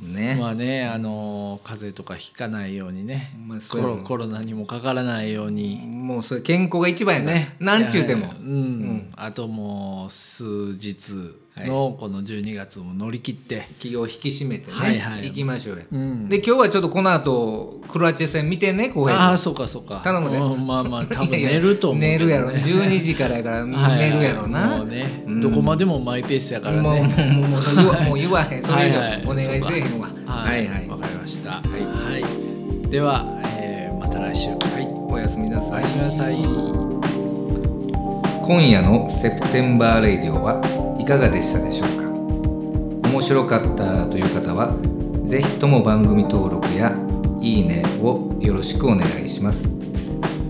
Speaker 2: ね、
Speaker 1: まあね、あのー風邪とかひかないようにね、
Speaker 2: まあそ
Speaker 1: コ
Speaker 2: うや
Speaker 1: ロ
Speaker 2: な
Speaker 1: コロナにもかからないように。
Speaker 2: もうそれ健康が一番やから
Speaker 1: ね、
Speaker 2: なんちゅうても、
Speaker 1: はいうん、あともう数日のこの12月も乗り切って、
Speaker 2: 気を引き締めてね、
Speaker 1: はいはい
Speaker 2: 行きましょうや、
Speaker 1: うん
Speaker 2: で今日はちょっとこの後クロアチア戦見てね浩
Speaker 1: ああ
Speaker 2: 平
Speaker 1: そうかそうか
Speaker 2: 頼むね
Speaker 1: うんまあまあ多
Speaker 2: 君
Speaker 1: 分寝ると思うけ
Speaker 2: 寝
Speaker 1: ど
Speaker 2: る
Speaker 1: ね
Speaker 2: やろ12時からやから
Speaker 1: はいはい
Speaker 2: 寝るやろな、
Speaker 1: もうね、
Speaker 2: うん
Speaker 1: どこまでもマイペースやからね
Speaker 2: もうもうもうもう言わもう言わ へんそれ以上お願いせえへんわ
Speaker 1: そうか
Speaker 2: は
Speaker 1: はいい
Speaker 2: は
Speaker 1: はいいわ、かりました、はいいでは、えーまた来週
Speaker 2: はい、おやすみな
Speaker 1: お
Speaker 2: さい
Speaker 1: やすみなさい
Speaker 2: 今夜のセプテンバーレイディオはいかがでしたでしょうか面白かったという方はぜひとも番組登録やいいねをよろしくお願いします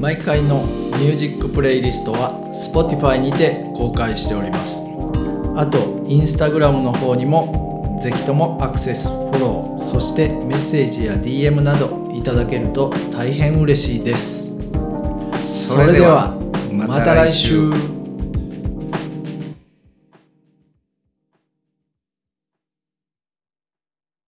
Speaker 1: 毎回のミュージックプレイリストは Spotify にて公開しておりますあと Instagram の方にもぜひともアクセスフォローそしてメッセージや DM などいただけると大変嬉しいですそれではまた来週。